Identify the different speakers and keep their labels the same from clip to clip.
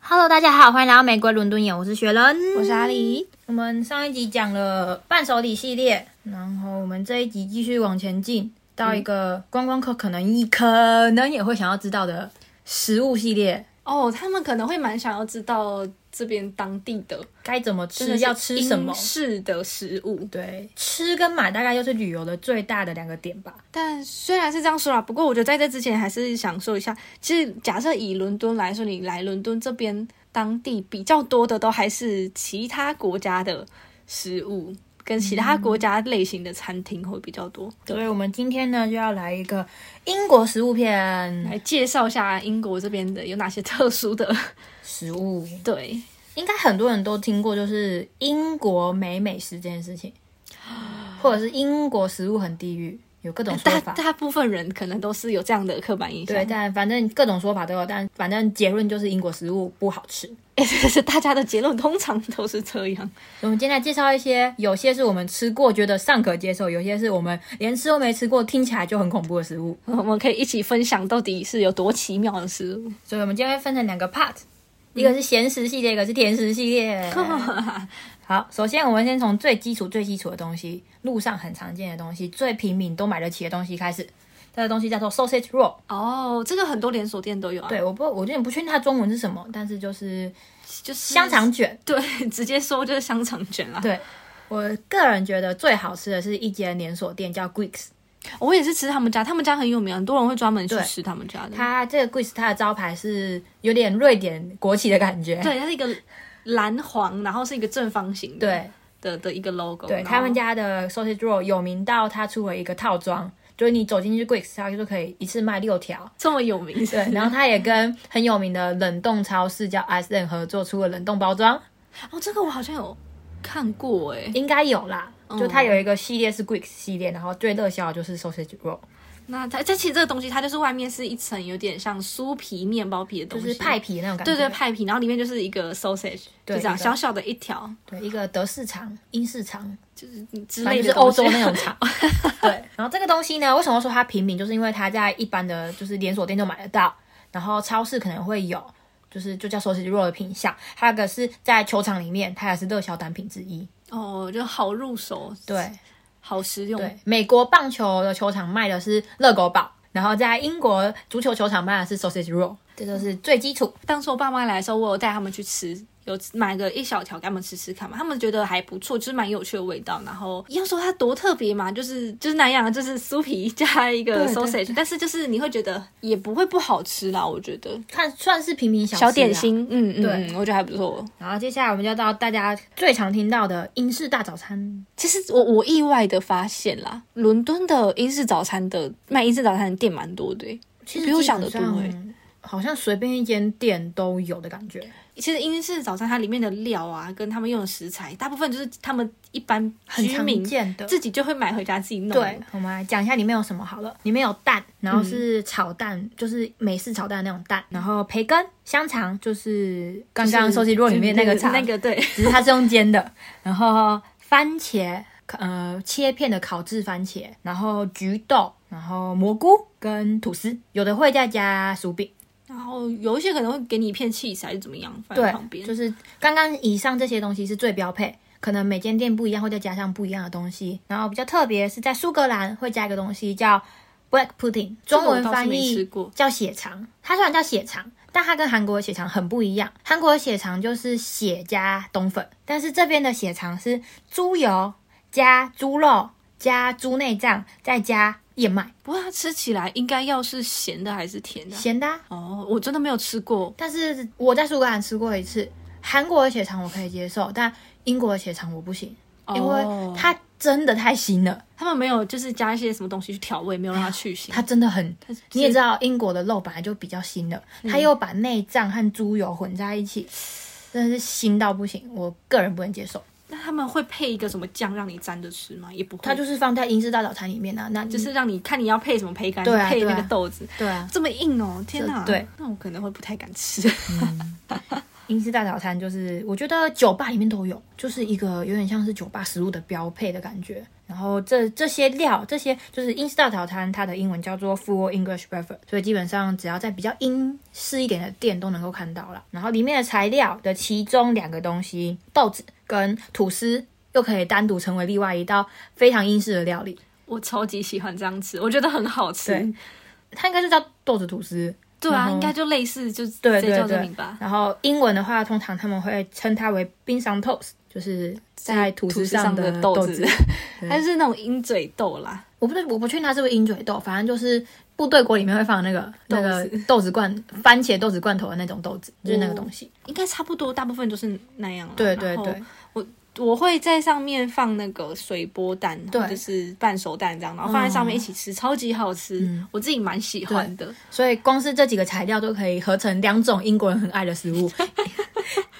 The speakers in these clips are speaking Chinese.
Speaker 1: Hello，大家好，欢迎来到玫瑰伦敦眼，我是雪人。
Speaker 2: 我是阿狸。
Speaker 1: 我们上一集讲了伴手礼系列，然后我们这一集继续往前进，到一个观光客可能可能也会想要知道的食物系列，
Speaker 2: 哦，他们可能会蛮想要知道这边当地的
Speaker 1: 该怎么
Speaker 2: 真的
Speaker 1: 吃，要吃什么
Speaker 2: 英。式的食物。
Speaker 1: 对，吃跟买大概就是旅游的最大的两个点吧。
Speaker 2: 但虽然是这样说啊啦，不过我觉得在这之前还是想说一下，其实假设以伦敦来说，你来伦敦这边当地比较多的都还是其他国家的食物。跟其他国家类型的餐厅会比较多，
Speaker 1: 所以我们今天呢就要来一个英国食物片，
Speaker 2: 来介绍一下英国这边的有哪些特殊的。
Speaker 1: 食物
Speaker 2: 对，
Speaker 1: 应该很多人都听过，就是英国美美食这件事 情，或者是英国食物很地狱，有各种说
Speaker 2: 大
Speaker 1: 法。
Speaker 2: 大部分人可能都是有这样的刻板印象。
Speaker 1: 对，但反正各种说法都有，但反正结论就是英国食物不好吃。
Speaker 2: 哎，这是 大家的结论，通常都是这样。
Speaker 1: 我们今天来介绍一些，有些是我们吃过觉得尚可接受，有些是我们连吃都没吃过，听起来就很恐怖的食物。
Speaker 2: 我们可以一起分享到底是有多奇妙的食物。
Speaker 1: 所以我们今天会分成两个 part，一个是咸食系列，一个是甜食系列。好，首先我们先从最基础、最基础的东西，路上很常见的东西，最平民都买得起的东西开始。它的东西叫做 sausage roll，
Speaker 2: 哦，这个很多连锁店都有啊，
Speaker 1: 对，我不，我有点不确定它中文是什么，但是就是
Speaker 2: 就是
Speaker 1: 香肠卷。
Speaker 2: 对，直接说就是香肠卷啊啦。
Speaker 1: 对我个人觉得最好吃的是一间连锁店叫 Greeks，
Speaker 2: 我也是吃他们家，他们家很有名，很多人会专门去吃他们家的。
Speaker 1: 它这个 Greeks 它的招牌是有点瑞典国旗的感觉。
Speaker 2: 对，它是一个蓝黄，然后是一个正方形的
Speaker 1: 对
Speaker 2: 的的一个 logo。
Speaker 1: 对，他们家的 sausage roll 有名到它出了一个套装，就是你走进去 Greeks，它就可以一次卖六条。
Speaker 2: 这么有名，
Speaker 1: 对，然后它也跟很有名的冷冻超市叫 Iceland 合作出了冷冻包装，
Speaker 2: 哦，这个我好像有看过哎、
Speaker 1: 应该有啦。就它有一个系列是 Greeks 系列，然后最热销的就是 sausage roll，
Speaker 2: 那它这其实这个东西，它就是外面是一层有点像酥皮面包皮的东
Speaker 1: 就
Speaker 2: 西，
Speaker 1: 是派皮那种感觉。
Speaker 2: 对对，派皮，然后里面就是一个 sausage，就这
Speaker 1: 一
Speaker 2: 样
Speaker 1: 个
Speaker 2: 小小的一条嗯
Speaker 1: 对，一个德式肠、英式肠，
Speaker 2: 之
Speaker 1: 反
Speaker 2: 类
Speaker 1: 正就是
Speaker 2: 的
Speaker 1: 欧洲
Speaker 2: 东西
Speaker 1: 那种厂。对，然后这个东西呢，为什么说它平民，就是因为它在一般的就是连锁店就买得到，然后超市可能会有，就是就叫 sausage roll 的品相。还有一个是在球场里面，它也是热销单品之一。
Speaker 2: 哦，就好入手，
Speaker 1: 对
Speaker 2: 好实用。
Speaker 1: 对，美国棒球的球场卖的是热狗堡，然后在英国足球球场卖的是 sausage roll，这就是最基础。
Speaker 2: 当时我爸妈来的时候，我有带他们去吃，有买个一小条给他们吃吃看嘛，他们觉得还不错，就是蛮有趣的味道。然后要说它多特别嘛，就是就是那样，啊就是酥皮 加一个
Speaker 1: 对对
Speaker 2: sausage，但是就是你会觉得也不会不好吃啦，我觉得
Speaker 1: 看算是平民小、
Speaker 2: 小点。心，嗯嗯，
Speaker 1: 对
Speaker 2: 嗯我觉得还不错。
Speaker 1: 然后接下来我们就到大家最常听到的英式大早餐。
Speaker 2: 其实我我意外的发现啦，伦敦的英式早餐的卖英式早餐的店蛮多的欸、
Speaker 1: 其实
Speaker 2: 比我想的多
Speaker 1: 基本上
Speaker 2: 欸
Speaker 1: 好像随便一间店都有的感觉。
Speaker 2: 其实英式早餐它里面的料啊，跟他们用的食材，大部分就是他们一般居民
Speaker 1: 常见的
Speaker 2: 自己就会买回家自己弄。
Speaker 1: 对，，我们来讲一下里面有什么好了。里面有蛋，然后是炒蛋，就是美式炒蛋那种蛋，然后培根、香肠，就是刚刚收集肉里面那个肠，
Speaker 2: 那个对，
Speaker 1: 只是它是用煎的，然后番茄，呃，切片的烤制番茄，然后菊豆，然后蘑菇跟吐司，有的会再加薯饼。
Speaker 2: 然后有一些可能会给你一片 cheese 还是怎么样放在
Speaker 1: 对
Speaker 2: 旁，边。
Speaker 1: 就是刚刚以上这些东西是最标配，可能每间店不一样，会再加上不一样的东西。然后比较特别是在苏格兰会加一个东西叫 black pudding，中文
Speaker 2: 这个我倒
Speaker 1: 翻
Speaker 2: 是没吃
Speaker 1: 译
Speaker 2: 过
Speaker 1: 叫血肠。它虽然叫血肠，但它跟韩国的血肠很不一样。韩国的血肠就是血加冬粉，但是这边的血肠是猪油加猪肉加猪内脏再加燕麦，
Speaker 2: 不过它吃起来应该要是咸的还是甜的啊？
Speaker 1: 咸的啊、
Speaker 2: 哦，我真的没有吃过。
Speaker 1: 但是我在苏格兰吃过一次，韩国的血肠我可以接受，但英国的血肠我不行，因为
Speaker 2: 哦
Speaker 1: 它真的太腥了，
Speaker 2: 他们没有就是加一些什么东西去调味，没有让它去腥。
Speaker 1: 它真的很。你也知道，英国的肉本来就比较腥的，它又把内脏和猪油混在一起，真的是腥到不行，我个人不能接受。
Speaker 2: 那他们会配一个什么酱让你沾着吃吗？也不会，
Speaker 1: 它就是放在英式大早餐里面啊，那就
Speaker 2: 就是让你看你要配什么培干，
Speaker 1: 对啊
Speaker 2: 配那
Speaker 1: 对
Speaker 2: 个
Speaker 1: 啊
Speaker 2: 豆子。
Speaker 1: 对啊。
Speaker 2: 这么硬哦！天哪，
Speaker 1: 对，
Speaker 2: 那我可能会不太敢吃。
Speaker 1: 英式大早餐就是，我觉得酒吧里面都有，就是一个有点像是酒吧食物的标配的感觉。然后这这些料，这些就是英式大早餐，它的英文叫做 Full English Breakfast，所以基本上只要在比较英式一点的店都能够看到了。然后里面的材料的其中两个东西，豆子跟吐司，又可以单独成为另外一道非常英式的料理。
Speaker 2: 我超级喜欢这样吃，我觉得很好吃。
Speaker 1: 对它应该就叫豆子吐司，
Speaker 2: 对啊，
Speaker 1: 然后
Speaker 2: 应该就类似就
Speaker 1: 对
Speaker 2: 直接叫
Speaker 1: 对
Speaker 2: 这
Speaker 1: 对
Speaker 2: 名吧。
Speaker 1: 然后英文的话，通常他们会称它为冰上 toast，就是在吐司上
Speaker 2: 的
Speaker 1: 的
Speaker 2: 豆
Speaker 1: 豆
Speaker 2: 子
Speaker 1: 子。，
Speaker 2: 它是那种鹰嘴豆啦，
Speaker 1: 我不对，我不确定它是不是鹰嘴豆，反正就是部队锅里面会放那个
Speaker 2: 豆
Speaker 1: 那
Speaker 2: 子
Speaker 1: 个豆子罐、番茄豆子罐头的那种豆子，就是那个东西。哦
Speaker 2: 应该差不多，大部分都是那样啦。
Speaker 1: 对对
Speaker 2: 然后
Speaker 1: 对，
Speaker 2: 我会在上面放那个水波蛋，
Speaker 1: 对
Speaker 2: 或者是半熟蛋这样，然后放在上面一起吃，超级好吃，
Speaker 1: 嗯
Speaker 2: 我自己蛮喜欢的。
Speaker 1: 所以光是这几个材料都可以合成两种英国人很爱的食 物。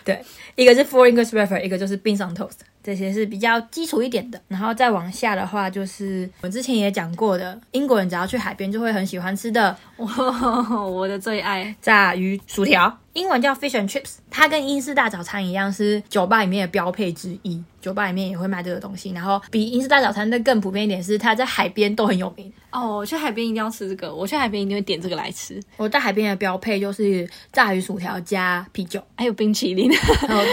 Speaker 1: 对，一个是 Four English Wafer，一个就是冰上 toast，这些是比较基础一点的。然后再往下的话，就是我们之前也讲过的，英国人只要去海边就会很喜欢吃的
Speaker 2: 哇， 我的最爱，
Speaker 1: 炸鱼薯条，英文叫 fish and chips，它跟英式大早餐一样是酒吧里面的标配之一，酒吧里面也会卖这个东西。然后比英式大早餐的更普遍一点是，它在海边都很有名。
Speaker 2: 哦，我去海边一定要吃这个，我去海边一定会点这个来吃，
Speaker 1: 我在海边的标配就是炸鱼薯条加啤酒，
Speaker 2: 还有冰 淇淋，
Speaker 1: 然 后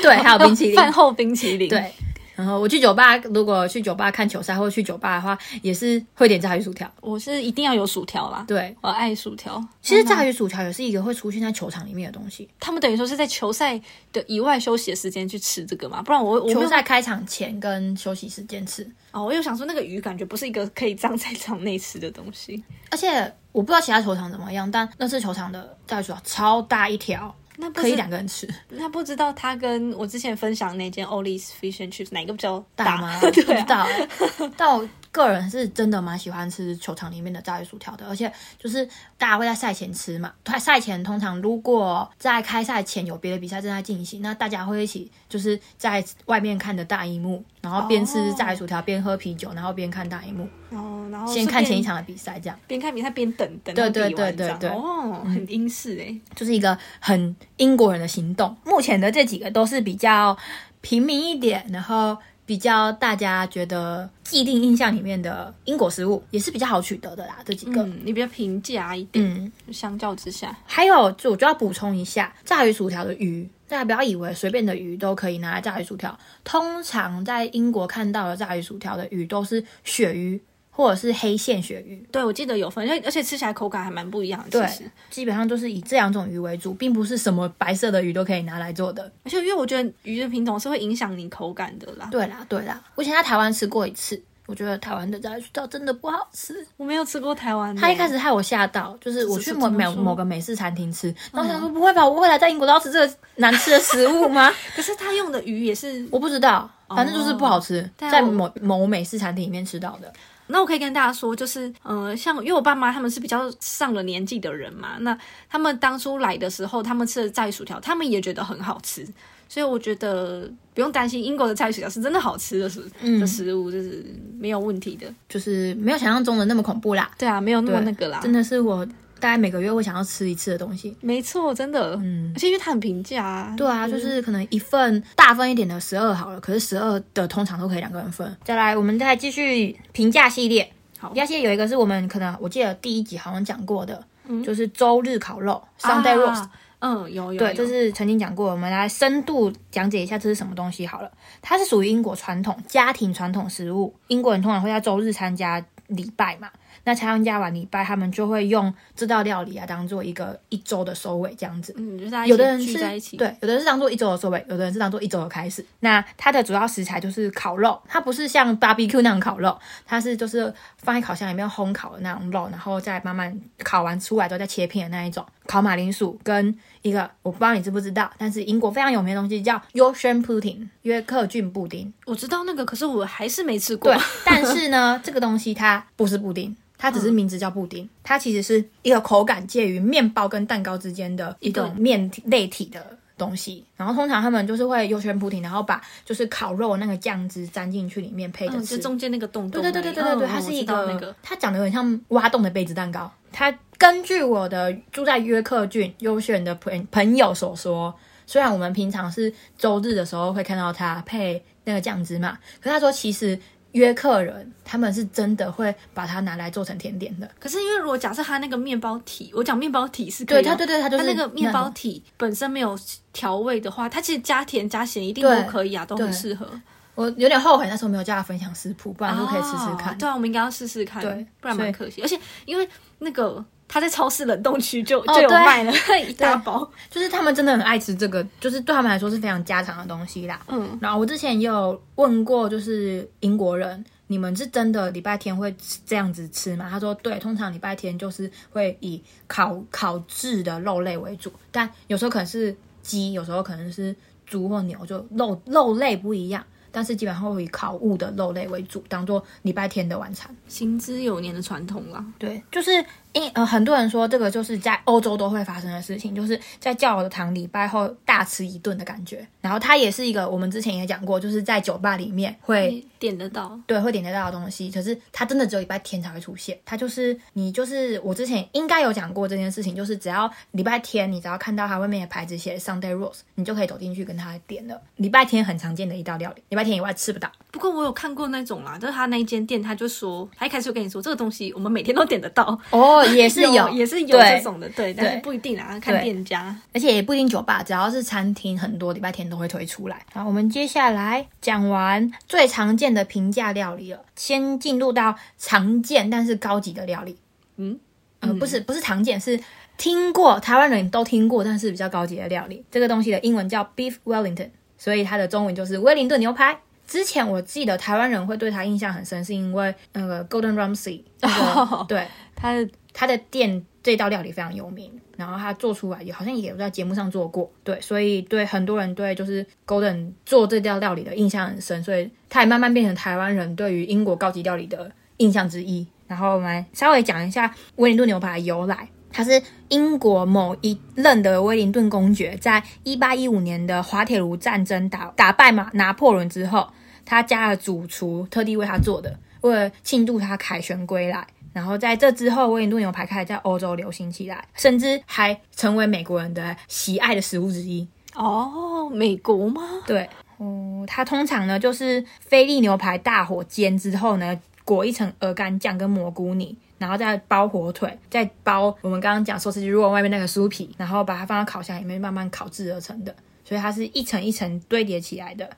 Speaker 1: 对，还有冰淇淋，
Speaker 2: 饭后冰淇淋，，
Speaker 1: 对。然后我去酒吧，如果去酒吧看球赛或去酒吧的话，也是会点炸鱼薯条。
Speaker 2: 我是一定要有薯条啦，
Speaker 1: 对，
Speaker 2: 我爱薯条。嗯
Speaker 1: 其实炸鱼薯条也是一个会出现在球场里面的东西。
Speaker 2: 他们等于说是在球赛的以外休息的时间去吃这个嘛，不然我我没
Speaker 1: 球
Speaker 2: 有
Speaker 1: 赛开场前跟休息时间吃，
Speaker 2: 哦，我又想说那个鱼感觉不是一个可以这样在场内吃的东西，
Speaker 1: 而且我不知道其他球场怎么样，但那次球场的炸鱼薯条超大一条，
Speaker 2: 那不
Speaker 1: 可
Speaker 2: 是
Speaker 1: 以两个人吃，
Speaker 2: 那不知道它跟我之前分享那间 Ollie's Fish and Chips 哪个比较
Speaker 1: 大 吗？不
Speaker 2: 对
Speaker 1: 知
Speaker 2: 啊，
Speaker 1: 道欸、 但我个人是真的蛮喜欢吃球场里面的炸鱼薯条的，而且就是大家会在赛前吃嘛，他赛前通常如果在开赛前有别的比赛正在进行，那大家会一起就是在外面看着大荧幕，然后边吃
Speaker 2: 哦
Speaker 1: 炸鱼薯条边喝啤酒，然后边看大荧幕，
Speaker 2: 然后然后
Speaker 1: 先
Speaker 2: 顺
Speaker 1: 看
Speaker 2: 便
Speaker 1: 前一，场的比赛，这样
Speaker 2: 边看比赛边等等，
Speaker 1: 对对
Speaker 2: 然后比完
Speaker 1: 对对
Speaker 2: 这样
Speaker 1: 对嗯
Speaker 2: 哦，很英式哎、
Speaker 1: 就是一个很英国人的行动。目前的这几个都是比较平民一点，然后比较大家觉得既定印象里面的英国食物，也是比较好取得的啦。这几个，
Speaker 2: 嗯，你比较平价一点，
Speaker 1: 嗯
Speaker 2: 相较之下，
Speaker 1: 还有就我就要补充一下，炸鱼薯条的鱼，大家不要以为随便的鱼都可以拿来炸鱼薯条。通常在英国看到的炸鱼薯条的鱼都是鳕鱼或者是黑线鳕鱼，
Speaker 2: 对我记得有分，而且而且吃起来口感还蛮不一样的，
Speaker 1: 对
Speaker 2: 其实。
Speaker 1: 基本上都是以这两种鱼为主，并不是什么白色的鱼都可以拿来做的。
Speaker 2: 而且因为我觉得鱼的品种是会影响你口感的啦，
Speaker 1: 对啦，对啦，我以前在台湾吃过一次，我觉得台湾的炸鱼薯条真的不好吃。
Speaker 2: 我没有吃过台湾的，
Speaker 1: 他一开始害我吓到，就是我
Speaker 2: 是
Speaker 1: 去
Speaker 2: 是
Speaker 1: 某
Speaker 2: 怎么
Speaker 1: 某
Speaker 2: 说嗯
Speaker 1: 某个美式餐厅吃，然后我想说不会吧，我未来在英国都要吃这个难吃的食物吗？
Speaker 2: 可是他用的鱼也是
Speaker 1: 我不知道，反正就是不好吃，
Speaker 2: 哦但
Speaker 1: 在
Speaker 2: 我
Speaker 1: 某某美式餐厅里面吃到的。
Speaker 2: 那我可以跟大家说，就是呃，像因为我爸妈他们是比较上了年纪的人嘛，那他们当初来的时候，他们吃的炸鱼薯条，他们也觉得很好吃，所以我觉得不用担心，英国的炸鱼薯条是真的好吃的食、
Speaker 1: 嗯
Speaker 2: 的食物，就是没有问题的。
Speaker 1: 就是没有想象中的那么恐怖啦，
Speaker 2: 对啊，没有那么那个啦，
Speaker 1: 真的是我大概每个月会想要吃一次的东西。
Speaker 2: 没错，真的，嗯，而且因为它很平价啊，
Speaker 1: 对啊，就是可能一份大份一点的十二好了，可是十二的通常都可以两个人分。再来，我们再继续评价系列。
Speaker 2: 好
Speaker 1: 评价系列有一个是我们可能我记得第一集好像讲过的，就是周日烤肉 （Sunday roast）。
Speaker 2: 嗯啊嗯，有有，
Speaker 1: 对，
Speaker 2: 有
Speaker 1: 这是曾经讲过，我们来深度讲解一下这是什么东西好了。它是属于英国传统家庭传统食物，英国人通常会在周日参加礼拜嘛。那参加完礼拜，他们就会用这道料理啊当做一个一周的收尾，这样子。
Speaker 2: 嗯，就是大家一起
Speaker 1: 有的人
Speaker 2: 聚
Speaker 1: 是
Speaker 2: 在一起，，
Speaker 1: 对，有的人是当做一周的收尾，有的人是当做一周的开始。那它的主要食材就是烤肉，它不是像 barbecue 那种烤肉，它是就是放在烤箱里面烘烤的那种肉，然后再慢慢烤完出来之后再切片的那一种。烤马铃薯跟一个我不知道你知不知道，但是英国非常有名的东西叫 Yorkshire pudding 约克郡布丁。
Speaker 2: 我知道那个，可是我还是没吃过
Speaker 1: 对， 但是呢，这个东西它不是布丁。它只是名字叫布
Speaker 2: 嗯
Speaker 1: 丁，它其实是一个口感介于面包跟蛋糕之间的一种面体类体的东西。然后通常他们就是会优选布丁，然后把就是烤肉那个酱汁沾进去里面配着
Speaker 2: 嗯，
Speaker 1: 吃。
Speaker 2: 就中间那个洞洞
Speaker 1: 对
Speaker 2: 而
Speaker 1: 对
Speaker 2: 已，
Speaker 1: 对对对对对，
Speaker 2: 嗯
Speaker 1: 它是一
Speaker 2: 我知道
Speaker 1: 个，
Speaker 2: 那个。
Speaker 1: 它长得有点像挖洞的杯子蛋糕。它根据我的住在约克郡优选的朋朋友所说，虽然我们平常是周日的时候会看到它配那个酱汁嘛，可是他说其实约客人他们是真的会把它拿来做成甜点的。
Speaker 2: 可是因为如果假设它那个面包体，我讲面包体是可
Speaker 1: 对，
Speaker 2: 以
Speaker 1: 它
Speaker 2: 哦，
Speaker 1: 对对，它就是
Speaker 2: 它那个面包体本身没有调味的话，它其实加甜加咸一定都
Speaker 1: 对
Speaker 2: 可以啊，都
Speaker 1: 对
Speaker 2: 很适合。
Speaker 1: 我有点后悔那时候没有叫他分享食谱，不然就可以试试看。
Speaker 2: 哦对啊，我们应该要试试看，
Speaker 1: 对
Speaker 2: 不然
Speaker 1: 所以
Speaker 2: 蛮可惜。而且因为那个它在超市冷冻区就、
Speaker 1: 哦
Speaker 2: 就有
Speaker 1: 对
Speaker 2: 卖了 一大包，
Speaker 1: 就是他们真的很爱吃这个，就是对他们来说是非常家常的东西啦。
Speaker 2: 嗯，
Speaker 1: 然后我之前也有问过，就是英国人，你们是真的礼拜天会吃这样子吃吗？他说对，通常礼拜天就是会以烤烤制的肉类为主，但有时候可能是鸡，有时候可能是猪或牛，就肉肉类不一样。但是基本上会以烤物的肉类为主，当做礼拜天的晚餐。
Speaker 2: 行之有年的传统啦。
Speaker 1: 对，就是因呃，很多人说这个就是在欧洲都会发生的事情，就是在教堂礼拜后大吃一顿的感觉。然后它也是一个我们之前也讲过，就是在酒吧里面会。
Speaker 2: 你点得到，
Speaker 1: 对，会点得到的东西，可是它真的只有礼拜天才会出现。它就是你，就是我之前应该有讲过这件事情，就是只要礼拜天，你只要看到它外面的牌子写 Sunday Rose，你就可以走进去跟它点了。礼拜天很常见的一道料理，礼拜天以外吃不到。
Speaker 2: 不过我有看过那种啊啦，就是他那一间店，他就说，他一开始就跟你说这个东西我们每天都点得到，
Speaker 1: 哦，也 是
Speaker 2: 也是有这种的，对，但是
Speaker 1: 对
Speaker 2: 不一定啊，看
Speaker 1: 对
Speaker 2: 店家。
Speaker 1: 而且也不一定酒吧，只要是餐厅，很多礼拜天都会推出来。好，我们接下来讲完最常见的平价料理了，先进入到常见但是高级的料理。
Speaker 2: 嗯，
Speaker 1: 呃，不是不是常见，是听过台湾人都听过，但是比较高级的料理。这个东西的英文叫 Beef Wellington，所以它的中文就是威灵顿牛排。之前我记得台湾人会对它印象很深，是因为那个 Golden Ramsy，、那个 对，
Speaker 2: 他的
Speaker 1: 他的店这道料理非常有名，然后他做出来也好像也有在节目上做过，对，所以对很多人对就是 Golden 做这道料理的印象很深，所以他也慢慢变成台湾人对于英国高级料理的印象之一。然后我们来稍微讲一下威灵顿牛排的由来，它是英国某一任的威灵顿公爵在一八一五年的滑铁卢战争打打败马拿破仑之后，他家的主厨特地为他做的，为了庆祝他凯旋归来。然后在这之后，威灵顿牛排开始在欧洲流行起来，甚至还成为美国人的喜爱的食物之一。
Speaker 2: 哦，美国吗？
Speaker 1: 对，哦、它通常呢就是菲力牛排大火煎之后呢，裹一层鹅肝酱跟蘑菇泥，然后再包火腿，再包我们刚刚讲寿司鸡肉外面那个酥皮，然后把它放到烤箱里面慢慢烤制而成的，所以它是一层一层堆叠起来的，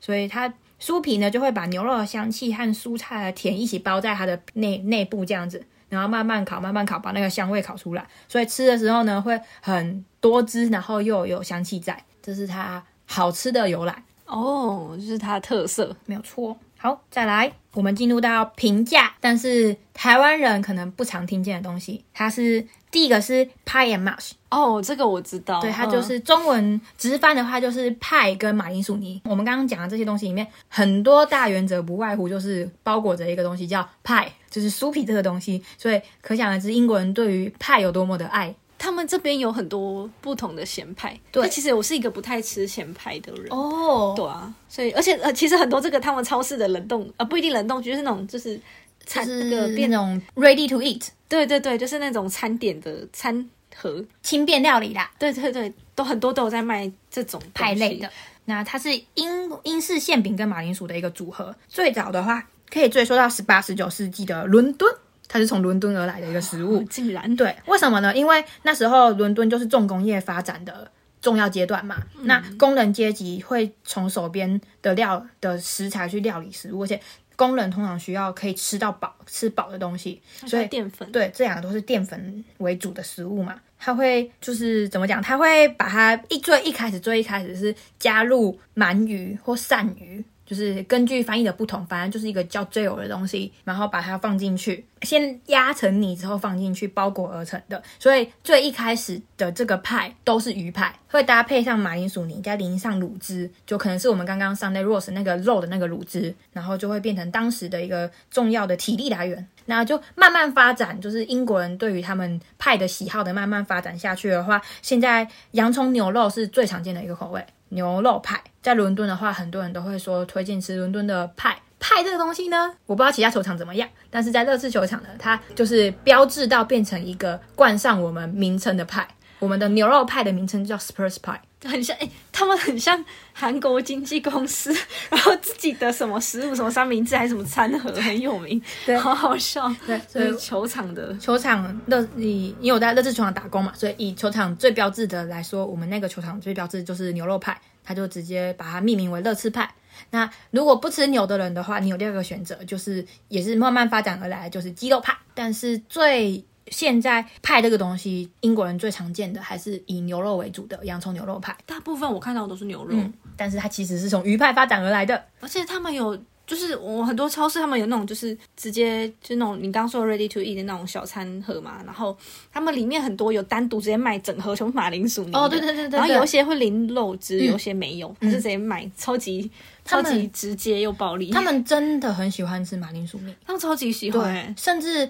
Speaker 1: 所以它。酥皮呢，就会把牛肉的香气和蔬菜的甜一起包在它的内内部这样子，然后慢慢烤，慢慢烤，把那个香味烤出来。所以吃的时候呢，会很多汁，然后又有香气在，这是它好吃的由来。
Speaker 2: 哦，就是它的特色。
Speaker 1: 没有错。好，再来，我们进入到平价，但是台湾人可能不常听见的东西，它是第一个是 pie and mash，
Speaker 2: 哦，这个我知道，
Speaker 1: 对，它
Speaker 2: 嗯
Speaker 1: 就是中文直翻的话就是派跟马铃薯泥。我们刚刚讲的这些东西里面，很多大原则不外乎就是包裹着一个东西叫派，就是酥皮这个东西，所以可想而知英国人对于派有多么的爱。
Speaker 2: 他们这边有很多不同的咸派。
Speaker 1: 对
Speaker 2: 但其实我是一个不太吃咸派的人。
Speaker 1: 哦，
Speaker 2: 对啊，所以而且呃，其实很多这个他们超市的冷冻呃，不一定冷冻区，就是那种就是
Speaker 1: 就
Speaker 2: 餐
Speaker 1: 是
Speaker 2: 那个
Speaker 1: 变
Speaker 2: 变，
Speaker 1: 种 ready to eat
Speaker 2: 对对对，就是那种餐点的餐盒，
Speaker 1: 轻便料理啦。
Speaker 2: 对对对，都很多都有在卖这种东西
Speaker 1: 派类的。。那它是英英式馅饼跟马铃薯的一个组合。最早的话，可以追溯到十八、十九世纪的伦敦，它是从伦敦而来的一个食
Speaker 2: 哦
Speaker 1: 物。
Speaker 2: 竟然
Speaker 1: 对，为什么呢？因为那时候伦敦就是重工业发展的重要阶段嘛。那工人阶级会从手边的料的食材去料理食物，而且工人通常需要可以吃到饱、吃饱的东西，所以
Speaker 2: 淀粉
Speaker 1: 对，这两个都是淀粉为主的食物嘛，它会就是怎么讲？它会把它一最一开始最一开始是加入鳗鱼或鳝鱼，就是根据翻译的不同，反正就是一个叫 gel 的东西，然后把它放进去，先压成泥之后放进去包裹而成的。所以最一开始的这个派都是鱼派，会搭配上马铃薯泥，再淋上卤汁，就可能是我们刚刚 Sunday roast 那个肉的那个卤汁，然后就会变成当时的一个重要的体力来源。那就慢慢发展，就是英国人对于他们派的喜好的慢慢发展下去的话，现在洋葱牛肉是最常见的一个口味，牛肉派。在伦敦的话，很多人都会说推荐吃伦敦的派。派这个东西呢，我不知道其他球场怎么样，但是在热刺球场呢，它就是标志到变成一个冠上我们名称的派。我们的牛肉派的名称叫 Spurs Pie，
Speaker 2: 很像，哎、他们很像韩国经纪公司，然后自己的什么食物、什么三明治还是什么餐盒很有名，
Speaker 1: 对
Speaker 2: 好好笑。
Speaker 1: 对，
Speaker 2: 就
Speaker 1: 所以
Speaker 2: 是球场的，
Speaker 1: 球场乐，以因为我在乐志球场打工嘛，所以以球场最标志的来说，我们那个球场最标志就是牛肉派，他就直接把它命名为乐志派。那如果不吃牛的人的话，你有第二个选择，就是也是慢慢发展而来，就是鸡肉派。但是最现在派这个东西，英国人最常见的还是以牛肉为主的洋葱牛肉派。
Speaker 2: 大部分我看到的都是牛肉，
Speaker 1: 嗯，但是它其实是从鱼派发展而来的。
Speaker 2: 而且他们有，就是我很多超市他们有那种，就是直接就那种你刚刚说的 ready to eat 的那种小餐盒嘛，然后他们里面很多有单独直接卖整盒，全部马铃薯泥的
Speaker 1: 哦对对对对对
Speaker 2: 然后有一些会淋肉汁，有些没有，他
Speaker 1: 嗯
Speaker 2: 就直接买，超级
Speaker 1: 他
Speaker 2: 超
Speaker 1: 们
Speaker 2: 级直接又暴力，
Speaker 1: 他们真的很喜欢吃马铃薯面。
Speaker 2: 他们超级喜欢、
Speaker 1: 对
Speaker 2: 欸，。
Speaker 1: 甚至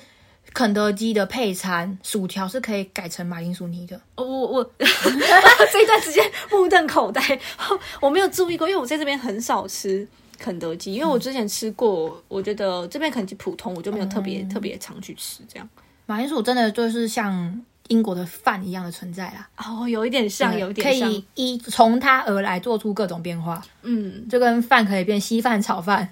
Speaker 1: 肯德基的配餐薯条是可以改成马铃薯泥的。
Speaker 2: 哦我我 这一段直接目瞪口呆，我没有注意过，因为我在这边很少吃肯德基，因
Speaker 1: 嗯
Speaker 2: 为我之前吃过，我觉得这边肯德基普通，我就没有特
Speaker 1: 哦
Speaker 2: 别、特别常去吃这样。
Speaker 1: 马铃薯真的就是像英国的饭一样的存在啦，
Speaker 2: 哦，有一点像，
Speaker 1: 对
Speaker 2: 有一点像
Speaker 1: 可，以依从它而来做出各种变化，
Speaker 2: 嗯
Speaker 1: 就跟饭可以变稀饭、炒 饭